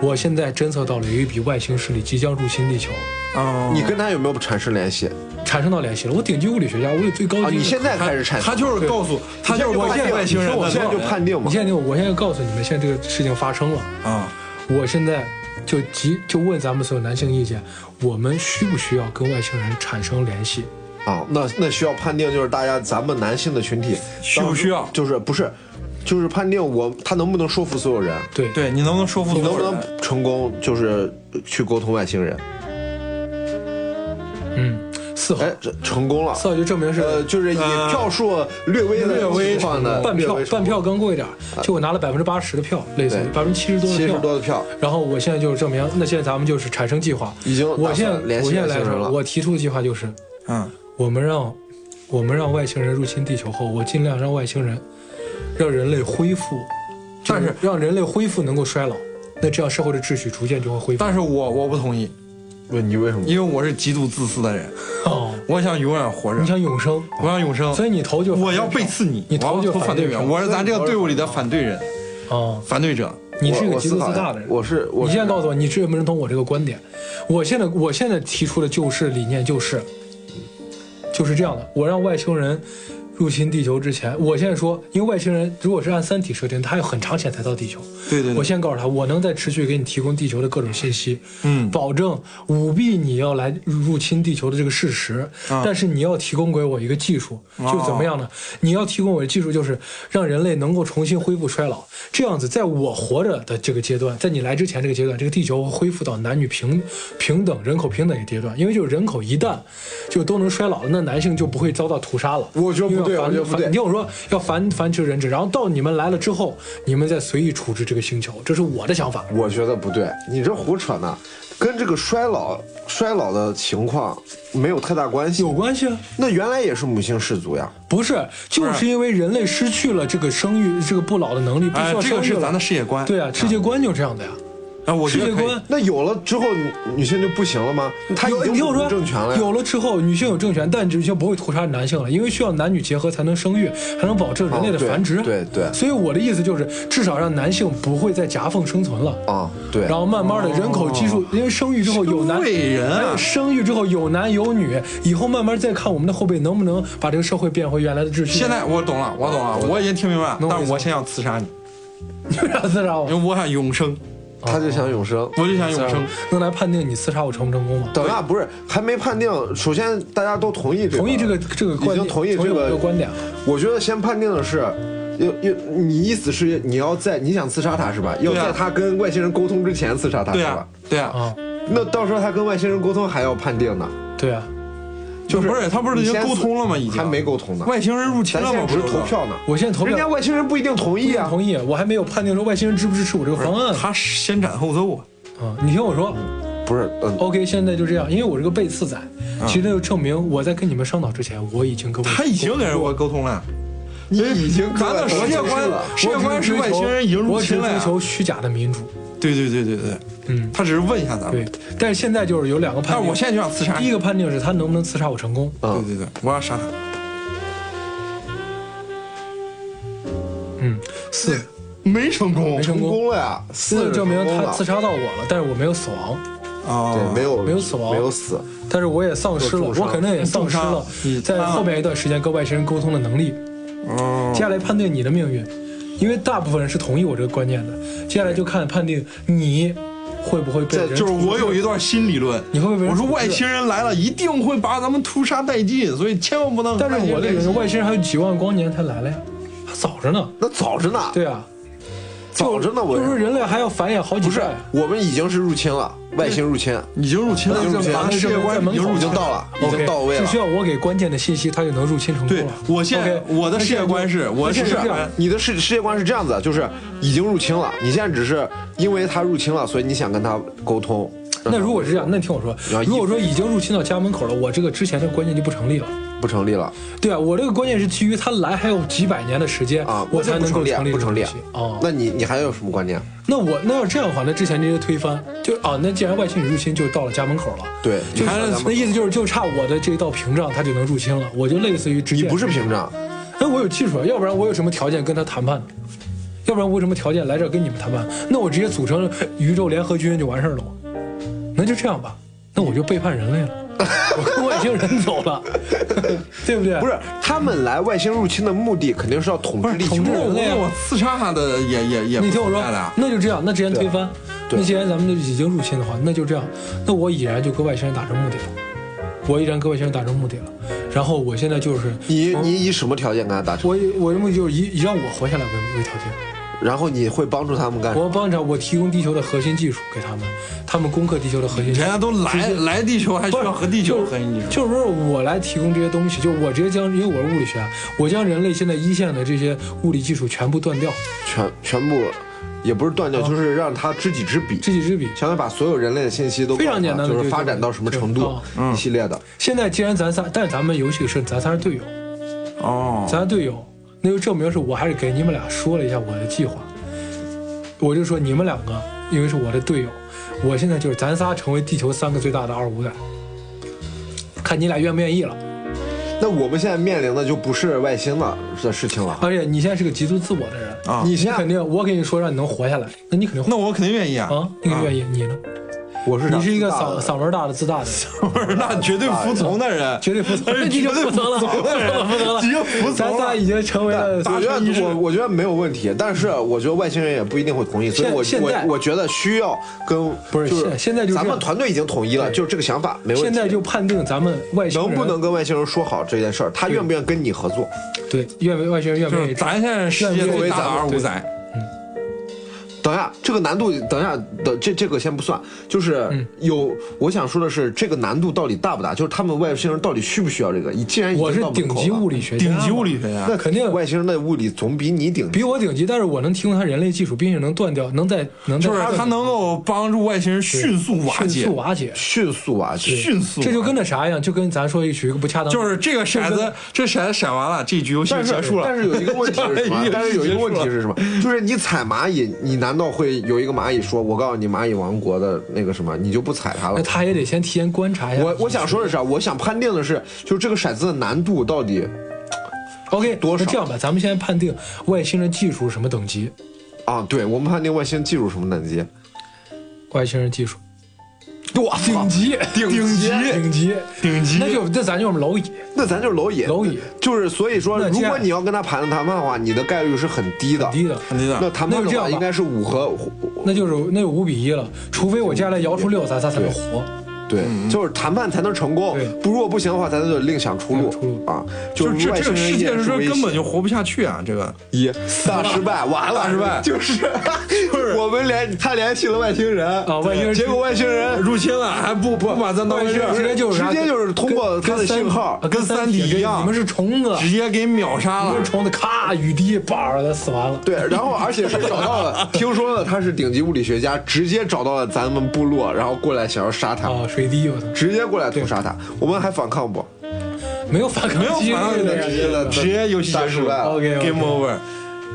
我现在侦测到了有一笔外星势力即将入侵地球，
哦，
你跟他有没有产生联系？
产生到联系了。我顶级物理学家，我有最高级的。
啊，你现在开始产生
他就是告诉他就是
我
告诉
现在
外星人的
我现在就
那种
判定嘛
你。现在听我，我现在告诉你们，现在这个事情发生了，
啊，
我现在就急就问咱们所有男性意见，我们需不需要跟外星人产生联系？
啊，那那需要判定就是大家咱们男性的群体
需不需要
就是不是，就是判定我他能不能说服所有人，
对，
对你能不能说服
你能
所
不
有人？
能成功，就是去沟通外星人。
嗯，四号
哎，，这成功了，
四号就证明是
呃，就是以
呃
票数略微的
略微
情况呢，
半票
略微成功
半票更贵点儿，就我拿了百分之八十的票，类似于百分之七十多的
啊七
票，
十多的票，
然后我现在就是证明，那现在咱们就是产生计划，
已经
我现在
打算联
我
系
现在
外
来
星人
说，
了
我提出的计划就是，
嗯，
我们让我们让外星人入侵地球后，我尽量让外星人让人类恢复，就
但是
让人类恢复能够衰老，那这样社会的秩序逐渐就会恢复。
但是我我不同意，
问你为什么？
因为我是极度自私的人，
哦，
我想永远活
你
着，
想永生，
我想永生，
所以你投就
我要背刺你，
你投
我
就
要投反对
反对
员，
票
我是咱这个队伍里的反对人，
哦，
反对者。
你是一
我
个
我
极度
思考
自
一下
大的人。
我是我
你
是
现在告诉我，你认不认同我这个观点？我现在我现在提出的救世理念就是，就是这样的。我让外星人入侵地球之前，我现在说，因为外星人如果是按三体设定，他有很长时间才到地球。
对对对
我先告诉他，我能在持续给你提供地球的各种信息，
嗯
保证舞弊你要来入侵地球的这个事实，
啊
但是你要提供给我一个技术，
嗯
就怎么样呢？你要提供我的技术，就是让人类能够重新恢复衰老，这样子，在我活着的这个阶段，在你来之前这个阶段，这个地球恢复到男女平平等、人口平等一个阶段，因为就是人口一旦就都能衰老了，那男性就不会遭到屠杀了。
我觉得不
因为
对
要
我觉得
繁繁
不对
你听我说，要繁繁殖人质，然后到你们来了之后，你们再随意处置这个星球，这是我的想法。
我觉得不对，你这胡扯呢，跟这个衰老衰老的情况没有太大关系
有。关系啊？
那原来也是母性氏族呀，
不是，就是因为人类失去了这个生育、这个不老的能力，必须
哎
要，
这个
生育
是
了
咱的世界观。
对啊，世界观就这样的呀。
啊，我
世
觉
界
得可以。
观，
那有了之后女女性就不行了吗？她已
有
经
你听我
有
说，
政权了呀。
有了之后，女性有政权，但女性不会屠杀男性了，因为需要男女结合才能生育，才能保证人类的
哦对
繁殖。
对对
所以我的意思就是，至少让男性不会在夹缝生存了。
啊，对，哦
然后慢慢的人口基数，因为生育之后有男
对人啊
哎生育之后有男有女，以后慢慢再看我们的后辈能不能把这个社会变回原来的秩序。
现在我懂了，我懂了，我已经听明白了。
我
但
意
是
思
我先要刺杀你，
你为啥自杀我
因为？我想永生，
她就想永生。
我就想永生。
能来判定你刺杀我成不成功吗？
等啊，不是还没判定，首先大家都同意这个，
同意这个这个观
已
点，
经同意这
我的
个
观点。
我觉得先判定的是，要要你意思是你要在你想刺杀他是吧？要
对啊
在他跟外星人沟通之前刺杀他
对
是
啊
吧？，
对啊，
啊，
那到时候他跟外星人沟通还要判定呢，
对啊，
就是
不是他不是已经
你先
沟通了吗？
死
已经
还没沟通呢。
外星人入侵
咱
了
现
吗？
在只是
不
投票呢，
我现在投
人家
票。
外星人不一定同意啊。
同意，我还没有判定说外星人支不支持我这个方案。
他先斩后奏啊。
啊，你听我说
不是，嗯，
，OK，现在就这样，因为我是个被刺仔，其实就证明我在跟你们商讨之前，我已经跟
嗯他已经跟人沟通了，
你已经
咱的世界观
了，
世界观是外星人已经入
我只
侵了啊
追
呀。
求虚假的民主。
对对对对对，
嗯
他只是问一下咱
对
们。，
但是现在就是有两个判
但
定，
是我现在就想刺杀
第一
你。
个判定是他能不能刺杀我成功，
对
嗯，
对对，我要杀他。
嗯，四
没成功
没成
成
功，
功了呀，
四
四
证明
成功
他
了
刺杀到我了，但是我没有死亡，
哦
对，没有
没有死亡
没有死，
但是我也丧失了，
重伤
我肯定也丧失了
重伤
在后面一段时间跟外星人沟通的能力。
哦
接下来判定你的命运，因为大部分人是同意我这个观念的。接下来就看判定你会不会被
这
人
就是我有一段新理论，
你会不会被人
我说
处置
外星人来了，一定会把咱们屠杀殆尽，所以千万不能。
但是我的理论是
人，
外星人还有几万光年才来了呀，还早着呢。
那早着呢，
对啊，
早着呢，我
就是人类还要繁衍好几
不是
代。，
我们已经是入侵了，外星入侵，
已经入侵了，
已经入侵
咱
了
们世界观
在门口
入
已
侵
经
了。
到了，已
OK，
经到位了
只需。要我给关键的信息，它就能入侵成功
对
了。
我现在
OK，
我的
那
世界
现在
观，
就是
我
那
是
现在
是
就
这
这
样
样，
你的世世界观是这样子，就是已经入侵了，你现在只是因为他入侵了，所以你想跟他沟通。
那如果是这样，那你听我
然
说，
后
如果说已经入侵到家门口了，我这个之前的观念就不成立了。
不成立了
对啊，我这个观念是基于他来还有几百年的时间
啊，
我才
那就
能
不
够
成立，
成立
不成立啊
这个东西哦，
那你你还有什么观念？
那我那要这样的话，那之前这些推翻，就啊，那既然外星人入侵，就到了家门口了。
对，
就
你
是
还有什么
那意思就是，就差我的这一道屏障，他就能入侵了。我就类似于直
你
接，
不是屏障，
那我有技术，啊要不然我有什么条件跟他谈判呢？要不然我有什么条件来这儿跟你们谈判？那我直接组成宇宙联合军就完事儿了吗？那就这样吧，那我就背叛人类了，我跟外星人走了， 对不对？
不是他们来外星入侵的目的肯定是要统治地
不
球
是统。治
我
人类啊
我刺杀他的也也也不
你听我
存
说
在的啊，，
那就这样，那直接推翻。
对
那既然咱们就已经入侵的话，那就这样，那我已然就跟外星人达成目的了，我已然跟外星人达成目的了，然后我现在就是
你你以什么条件跟他达成？
我我的目的就是以以让我活下来为为条件，
然后你会帮助他们干什么？
我帮着我提供地球的核心技术给他们，他们攻克地球的核心技术
人。家都来来地球，还需要和地球和你说，
就是说我来提供这些东西，就我直接将，因为我是物理学家，我将人类现在一线的这些物理技术全部断掉，
全全部也不是断掉，
哦
就是让他知己知彼，
知己知彼。
相当于把所有人类的信息都
非常
告诉他
简单的
就
就
是发展到什么程
对
度
哦，
一系列的。
现在既然咱仨，但是咱们游戏里是咱仨是队友，
哦，
咱仨队友，那就证明是我还是给你们俩说了一下我的计划，我就说你们两个因为是我的队友，我现在就是咱仨成为地球三个最大的二五仔，看你俩愿不愿意了。
那我们现在面临的就不是外星了的事情了。
而且你现在是个极度自我的人
啊
你肯定，我跟你说让你能活下来，那你肯定活
那我肯定愿意啊，
啊，你肯定愿意，你呢？
我是
你是一个嗓
长大的
嗓门大的自大的人，
啊不是，那绝对服从的人，
绝对服 从，那你
那哎绝
就
对
服从了，服从了，服从了，
你就服从
咱
了
仨已经成为了
我觉
成一致
得我我觉得没有问题，但是我觉得外星人也不一定会同意，所以
现
我
现在
我我觉得需要跟
不是
就
现现在就是
咱
这
们
样
团队已经统一了，
对
就是这个想法没问题。
现在就判定咱们外星
能
人
不能跟外星人说好这件事儿，他愿不愿意跟你合作？
对愿为外星人愿不
就
愿
是
意
咱现在世界最大的二五仔，
等一下，这个难度，等一下的这这个先不算，就是
嗯
有、我想说的是，这个难度到底大不大？就是他们外星人到底需不需要这个？你既然已
我
经
是
到门
顶
口
级
了
物，理学家，
顶级物理，学家
那，
肯定
外星人的物理总比你顶级。
比我顶级，但是我能提供他人类技术，并且能断掉，能在能在
就是他能够帮助外星人迅速瓦
迅
解
速，瓦解，
迅速啊！
迅速瓦解，
这就跟那啥一样，就跟咱说一举一个不恰当，
就是这个骰子，这骰子骰完了，这局游戏
但
就是结束了。
但是有一个问题是什 么
这？
但是有一个问题
结束了
是什么？就是你踩蚂蚁，你难道会有一个蚂蚁说：“我告诉你，蚂蚁王国的那个什么，你就不踩它了
那？”他也得先提前观察一下。
我我想说的是啥？啊我想判定的是，就是这个骰子的难度到底
OK，
多少
那这样吧，咱们先判定外星人技术什么等级？
啊？对我们判定外星技术什么等级？
外星人技术
我
顶级，
顶级
顶级，
顶级
那就那咱就是蝼蚁，
那咱就是蝼蚁，
蝼蚁
就是所以说，
那
如
这样
果你要跟他盘谈判的话，你的概率是很低的。
低的，
肯定
那
的，
谈
那
判
就
的
这样
话
吧
应该是五和
那就是那有五比一了，除非我接下来摇出六，咱仨才能活。
对，就是谈判才能成功
对。
不如果不行的话，咱就得另想出路
另想出路
啊！
就
就是
这
外
这个
星人
世界
也
是
是
说
危
根
险
本就活不下去啊！这个
一大失败，完了
大失败
就是我们联他联系了外星人啊
外星人
结果外星人
入侵了还不不把咱当回事
外星
儿，
人就是啥
直接就是通过他的
跟三
信号
啊跟
跟
三
三体
体
一样
你们是虫子，
直接给秒杀
你们
了
是。虫子，咔雨滴，叭，咱死完了。
对，然后而且是找到了，听说了他是顶级物理学家，直接找到了咱们部落，然后过来想要杀他，
啊，水滴，我操，
直接过来屠杀他。我们还反抗不？
没有反
没有
抗
反
机
抗
率的
的直
呀
接了，直接游戏结束
大失败
OK，OK
，Game Over。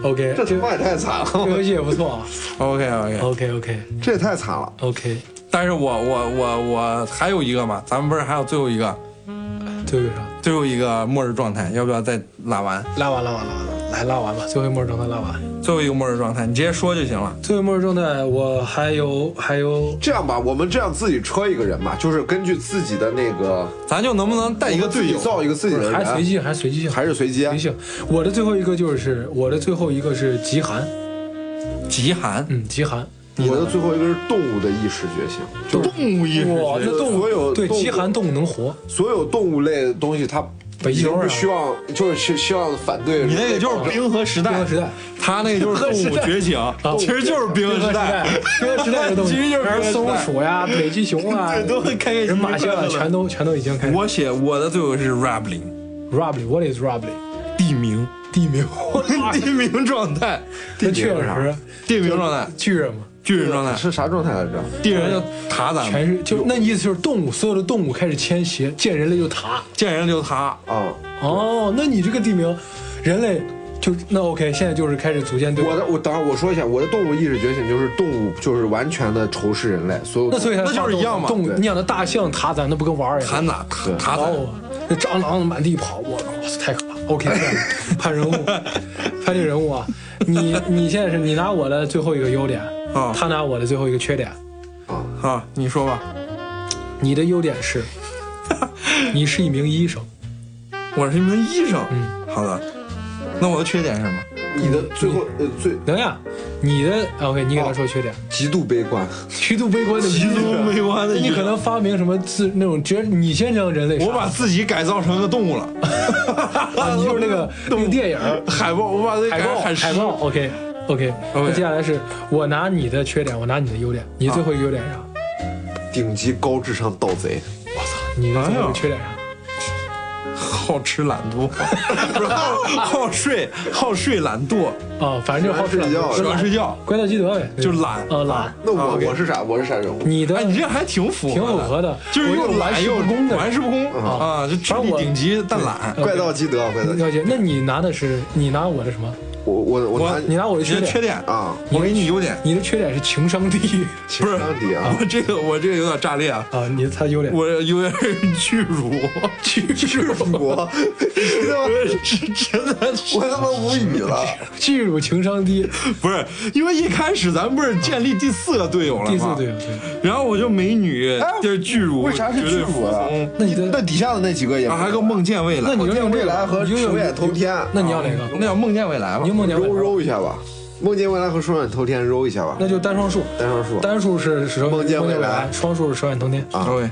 OK，
这
这
他妈也太惨了，
这游戏也不错啊。
OK OK，
OK OK
这也太惨了。
OK，
但是我我我我还有一个嘛，咱们不是还有最后一个
最后一个啥？
最后一个末日状态，要不要再拉完？
拉完拉完拉完，来拉完吧，最后一幕状态拉完。
最后一个末日状态，你直接说就行了。
最后一幕状态，我还有还有
这样吧，我们这样自己车一个人吧，就是根据自己的那个
咱就能不能带一个
自
队
己
友？
造一个自己的
还是随
人，啊
机，还是随机性，
还是随机啊
随机？性。我的最后一个就是我的最后一个是极寒，
极寒，
嗯，极寒。
我的最后一个是动物的意识觉醒，就是
动物意
哇，那动
所有
物对
动物
极寒动物能活，
所有动物类的东西，它
北
已
极
经
熊啊
不希望，就是希希望反对
你那个就是冰河时代，
冰河时代，
他那个就是动物觉醒，其实就是冰河时代，
冰河时代的动物，
其实 就是冰河时代
松鼠呀、北极熊啊，
对，都很开心，
人马
快
象
乐
啊，
了
全。都全都已经开始。
我写我的最后是 Rabbling
Rubbly，What is Rubbly？
地名，
地名，
地名状态，
这
名
确
是啥
实
地名状态，
巨人嘛，
巨人状态，
是啥状态来着？
地人就塔咱
全
们，
是就那意思就是动物，所有的动物开始迁徙，见人类就塔。
见人就塔，
啊，
哦，那你这个地名，人类就那 OK，现在就是开始组建对。
我的我等会儿我说一下，我的动物意识觉醒就是动物就是完全的仇视人类，所有
那所以才
那就是
发动
一样嘛
动物，
对
你养的大象塔咱那不跟玩儿一
塔
样？
哪塔塔
然
咱
后，那蟑螂满地跑，我靠，太可怕了。OK，判人物，判定人物啊！你你现在是你拿我的最后一个优点，
啊
他拿我的最后一个缺点。
啊，你说吧，
你的优点 是，你是一名医生，嗯
我是一名医生，好的，那我的缺点是什么？
你的最后呃最
等一下，你的啊 OK，你给他说缺点，
极度悲观，
极哦度悲观的极
极度悲观的
你
一个
可能发明什么自那种，觉得你先将人类杀
我把自己改造成个动物了，
啊，你就是那 个那个电影儿
海报，我把它
海
改
报
成海
海
狮。
报，OK OK，那
OK
接下来是我拿你的缺点，我拿你的优点，你最后一个优点是啥？
顶级高智商盗贼，
我操，你的最后一个缺点是啥？
好吃懒惰，不是 好好睡，好睡懒惰，
哦，反正就好吃懒
喜
喜
惰
欢睡觉，
怪盗基德呗，
就懒
啊懒。
那我、
OK
我是啥？我是啥人物？
你的
哎，你这还挺符合，
挺符合的
就是
我
又
又玩
懒
世
又
不恭的
玩世不恭啊，就智
反正
力
我
顶级但懒。
怪盗基德，啊怪盗基德，
了解，那你拿的是你拿我的什么？
我我我
我
拿
你拿我的
你
缺
的
点
缺点
啊，
我给你优点，
你的缺点是情商低
不是
商低啊
我这个我这个有点炸裂啊，
啊，你的他优点
我有点 巨乳，巨乳，
我，你知道吗？
是真的是。
我他妈无语了。
巨乳情商 低，
不是，因为一开始咱不是建立第四个队友了吗？
第四队友对，
然后我就美女
哎，
就是巨乳，
为啥是
绝对
巨乳啊
服从？
那你的
那底下的那几个也
然后还有个梦见未来，
那你就用
见
这
未
个
来和
你就用
手眼偷天啊
那你要哪个？
那叫梦见未来吧
你用？梦见
揉
未来，
揉一下吧，梦见未来和双眼偷天揉一下吧，
那就单双数，
单双数。
单数是手
梦见未来
未来，双数是双眼通天，
啊
OK，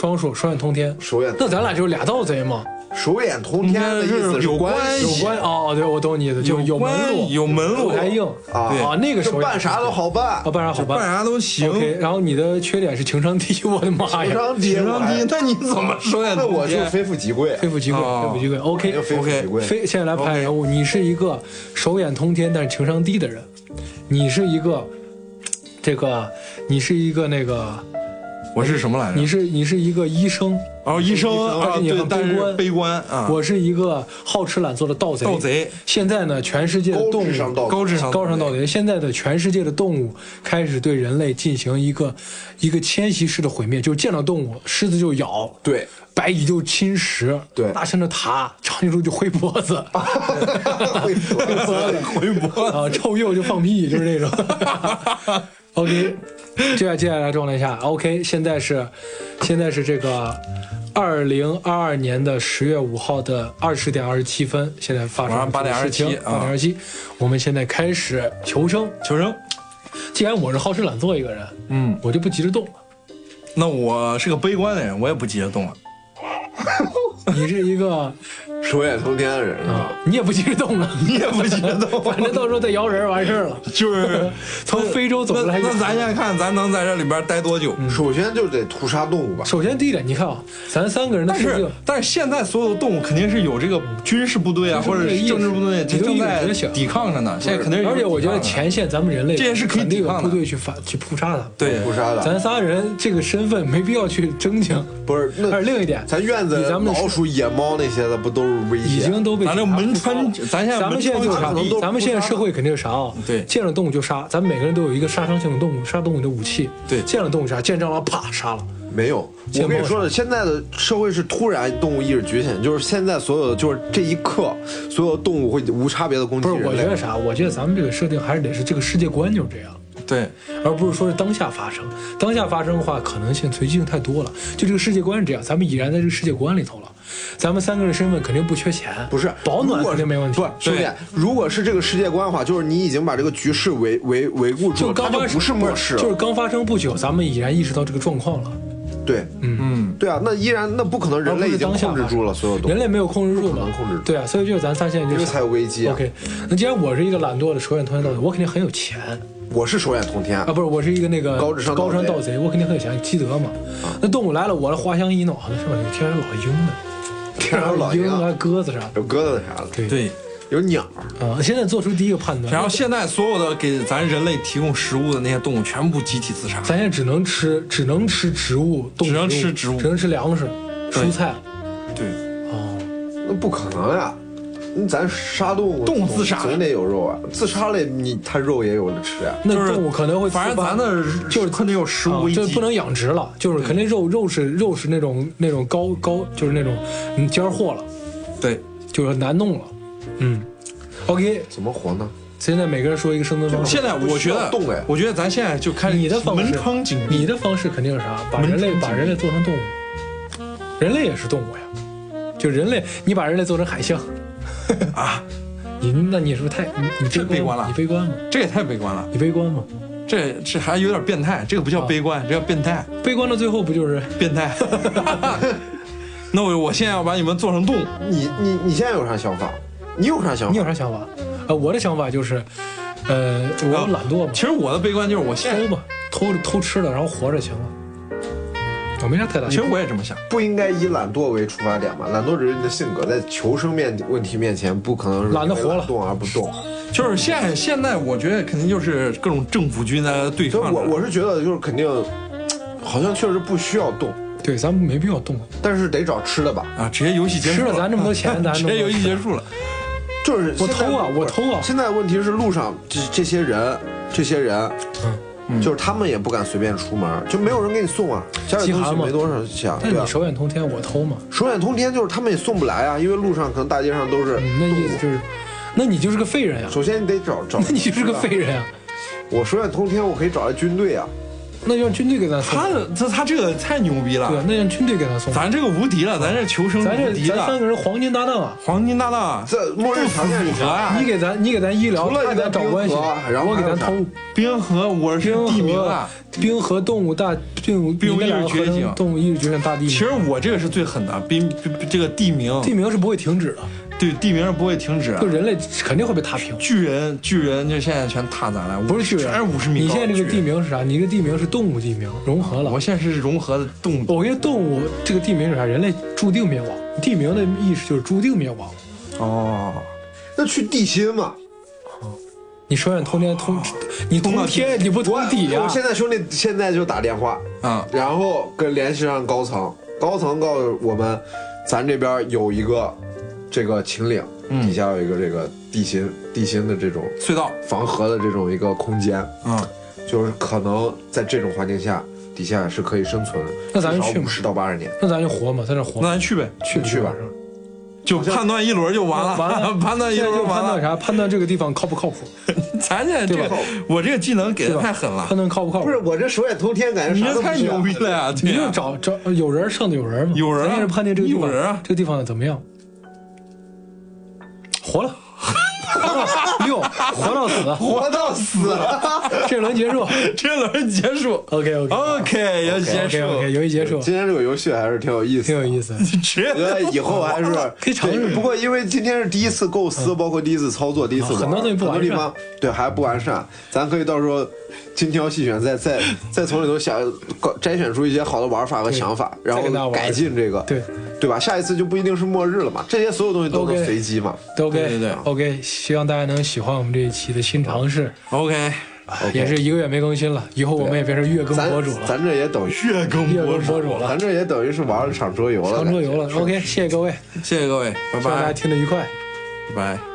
双数双眼通天。
手眼
那咱俩就是俩盗贼嘛，
手眼通天的意思
有
关
关
有关哦，对我懂你的，就有门
关
路，
有门
路
路
还硬
啊
对
啊，那个手
就
眼
办啥都好办
啊，，办啥好
办
办。
啥都行。
OK，然后你的缺点是情商低， 我的妈
情
呀，
商低，
情
我
商
还
低，那你怎么说呀？
那我就
董姐
非富即贵，
非富即贵，
哦
非富即贵。OK，
哎非富即贵。
非现在来排人物，你是一个手眼通天但是情商低的人，你是一个这个，你是一个那个，
我是什么来着？
你是你是一个医生，
哦，医生
而
啊，
且你
对
很，
但
悲
是
观
悲观啊，
我是一个好吃懒做的盗贼。
盗贼，
现在呢，全世界的
高
动
智商
物。
道
高智商，
高尚盗贼，现在的全世界的动物开始对人类进行一个一个迁徙式的毁灭，就是见到动物，狮子就咬，
对，
白蚁就侵蚀，
对
大象就爬，长颈鹿就挥脖 子，
会
回博
啊，臭鼬就放屁，就是那种。OK，接下接下来状态下，OK，现在是现在是这个二零二二年的十月五号的二十点二十七分，现在发生
晚上8点
二
27
八点二十七，我们现在开始求生。
求生。
既然我是好吃懒做一个人，
嗯，
我就不急着动了。
那我是个悲观的人，我也不急着动了。
你是一个
手眼通天的人啊，
啊，你也不急着动了，
你也不急着动，
反正到时候再摇人完事儿了。
就是
从非洲 走出来
那
一个
那咱先看咱能在这里边待多久。
啊首先就得屠杀动物吧，
首先第一点，你看啊，咱三个人的
但
设
是
定。
但是现在所有的动物肯定是有这个军事部队啊，或者是政治部队
你都
正
有
在
觉醒
抵抗着呢。现在肯定是有
而且我觉得
抵抗的
前线咱们人类
这也是可以
肯定
抵
有
抗的
部队去反去扑杀他。，
对
屠杀的
咱仨人这个身份没必要去争抢。
不是那
而且另一点，
咱院子
以咱们的
老鼠、野猫那些的不都是威胁？
已经都被
咱这门穿咱现在
咱们现在就是
门
啥
窗
可能都？
咱们现在社会肯定是啥啊？
对
见了动物就杀，咱们每个人都有一个杀伤性的动物杀动物的武器。
对
见了动物杀，见蟑螂啪杀了。
没有，
见
我跟
猫
你说了，现在的社会是突然动物意识觉醒，就是现在所有的就是这一刻，所有动物会无差别的攻击
不是，我
人
觉
类
得。啥？我觉得咱们这个设定还是得是这个世界观就是这样。
对，
而不是说是当下发生，当下发生的话，可能性随机性太多了。就这个世界观是这样，咱们已然在这个世界观里头了。咱们三个人身份肯定不缺钱，
不是
保暖
如果
肯定没问题。
不是兄弟
对，
如果是这个世界观的话，就是你已经把这个局势维维维护住
就
了，它
刚
就
发生
不是末世了。
就是刚发生不久，咱们已然意识到这个状况了。
对，
嗯，
对啊，那依然那不可能，人类已经
嗯而不是
控
当下
制
发生
住了所有东
人
西，
类没有控制住嘛
不可能控制住？
对啊，所以就是咱仨现在就
因为
想
才有危机啊。
OK，那既然我是一个懒惰的手眼通天盗贼，我肯定很有钱
我是手眼通天
啊，，不是，我是一个那个
高智商盗
高
贼啊
智商盗贼，我肯定很有钱，积德嘛。那动物来了，我这花香一闹，那是吧？天上有老鹰呢，
天上有 老鹰
天上有啊，鸽子啥的，
有鸽子啥的，
对
对。
有鸟，
啊、现在做出第一个判断，
然后现在所有的给咱人类提供食物的那些动物全部集体自杀。
咱现在只能吃，只能吃植物，动
只能吃植物
只能吃粮食、
对
蔬菜。
对，
哦，
那不可能呀、那咱杀动物，
动物自杀
总得有肉啊，自杀了你它肉也有的吃呀、
那
就是
动物可能会自发，
反正咱的
就是
肯定有食
啊
物危
就
机
不，能养殖了，就是肯定肉肉是肉是那种那种高高，就是那种嗯尖儿货了，
对，
就是难弄了。嗯，OK，
怎么活呢？
现在每个人说一个生存方式。
现在我觉得
不需要动哎，
我觉得咱现在就开始
你的方式，
门窗紧闭，
你的方式肯定是啥？把
门
人类
窗紧
把
闭
人类做成动物，人类也是动物呀，就人类，你把人类做成海象，
啊，
你那你是不是太你你
这
悲
悲观
吗
了
你悲观吗？
这也太悲观了，
你悲观吗？
这这还有点变态，这个不
啊
叫悲观，这叫变态，
悲观到最后不就是
变态。 那我我现在要把你们做成动物，
你你你现在有啥想法？你有啥想
你
法？
有啥想法？呃，我的想法就是，呃，我懒惰嘛
其，实我的悲观就是我现在，
偷嘛，偷偷吃了，然后活着行了。我没啥太大，
其实我也这么想。
不应该以懒惰为出发点吗？懒惰只是你的性格，在求生面问题面前，不可能是
懒得活了
为动而不动。啊
就是现在现在，我觉得肯定就是各种政府军在对
所以
抗着。
我我是觉得就是肯定，好像确实不需要动，
对，咱们没必要动。
但是得找吃的吧。
啊，直接游戏结
吃
束
了咱这么多 钱，咱
直接游戏结束了。
就是
我
现在
偷啊
不是
我偷啊
现在问题是路上这这些人，这些人，
嗯
就是他们也不敢随便出门，就没有人给你送啊，家里
饥
东
寒
西
嘛
没多少钱，
那
对吧
你？手眼通天，我偷嘛？
手眼通天就是他们也送不来啊，因为路上可能大街上都是
嗯你那
动
意
物
思就是，那你就是个废人呀、
首先你得找找，
那你就是个
吧
废人呀、
我手眼通天，我可以找来军队啊。
那让军队给咱送，
他他他这个太牛逼
对
了，，
那让军队给咱送。
咱这个无敌了，咱这求生
咱
无
这
敌
咱三
了，
个人黄金搭档啊！
黄金搭档，
这末日条件是
符合
啥？
啊
你。给咱，你给咱医疗，
除了
他给咱找关系
冰河，然后
我给
还有
咱
啥
偷。
冰河，我是
冰
地名
河
啊。，
冰河动物大，动物
冰
你们
意识
两个合
觉醒
成动物意识觉醒大地名。
其实我这个是最狠的，冰冰这个地名，
地名是不会停止的，
对地名是啊不会停止。
就人类肯定会被踏平。
巨人，巨人就现在全踏咱了，
不是巨
全是
人，
五十米
你
高的
现
巨人。
在这个地名是啥？你这个地名是动物地名，融合了。
我现在是融合的动物。
我跟你说动物这个地名是啥？人类注定灭亡，地名的意思就是注定灭亡。
哦，
那去地心嘛？
你手眼通天通，你通天你不通地啊
我
呀？
现在兄弟现在就打电话，
啊，
然后跟联系上高层，高层告诉我们，咱这边有一个这个秦岭，
嗯
底下有一个这个地心地心的这种
隧道，
防河的这种一个空间，
嗯，
就是可能在这种环境下，底下是可以生存，
那咱
至
去
少
吗
五十到八十年。
那咱就活嘛，在那活
那。咱去呗，
去
去吧
是
就判断一轮就完了，
完了
判断一
现在
轮
就判
完
断
了。
啥？判断这个地方靠不靠谱，
咱这这
对
个
吧，
我这个技能给
对吧？
的太狠了
判，断靠不靠谱
不是？我这手眼通天，感
你
觉
这
啥都不
太
是
牛逼了呀！
你
对
就
呀，
找找有人剩的有人嘛？
有人啊
咱也是判定这个地方
有人啊
这个地方怎么样？活了， 活到六，活到死，
活到死。
这轮结束。
这轮结束
OK OK
，OK，要哦结
OK
束，
OK，游戏结束，
今天这个游戏还是挺有意思
挺
的，
有意思。
直
我觉得以后还是
可以尝试嗯
对不过因为今天是第一次构思，包括第一次操作，第一次玩
很多东西不完善
很多地方对还不完善，咱可以到时候精挑细选，再再再从里头想搞摘选出一些好的玩法和想法，然
再给大家
后
玩
改进这个，
对
对吧？下一次就不一定是末日了嘛，这些所有东西都能
OK
随机嘛。
都 OK
对对对
OK，希望大家能喜欢我们这一期的新尝试，
OK，
也是一个月没更新了，以后我们也变成月更
咱
博主了，
咱这也等于
月更
月
博
更
主，
博主了，
咱这也等于是玩了场桌游了，
上桌游了
感觉。
OK，谢谢各位，
谢谢各位，拜
希望大家
拜，
听得愉快。
拜拜。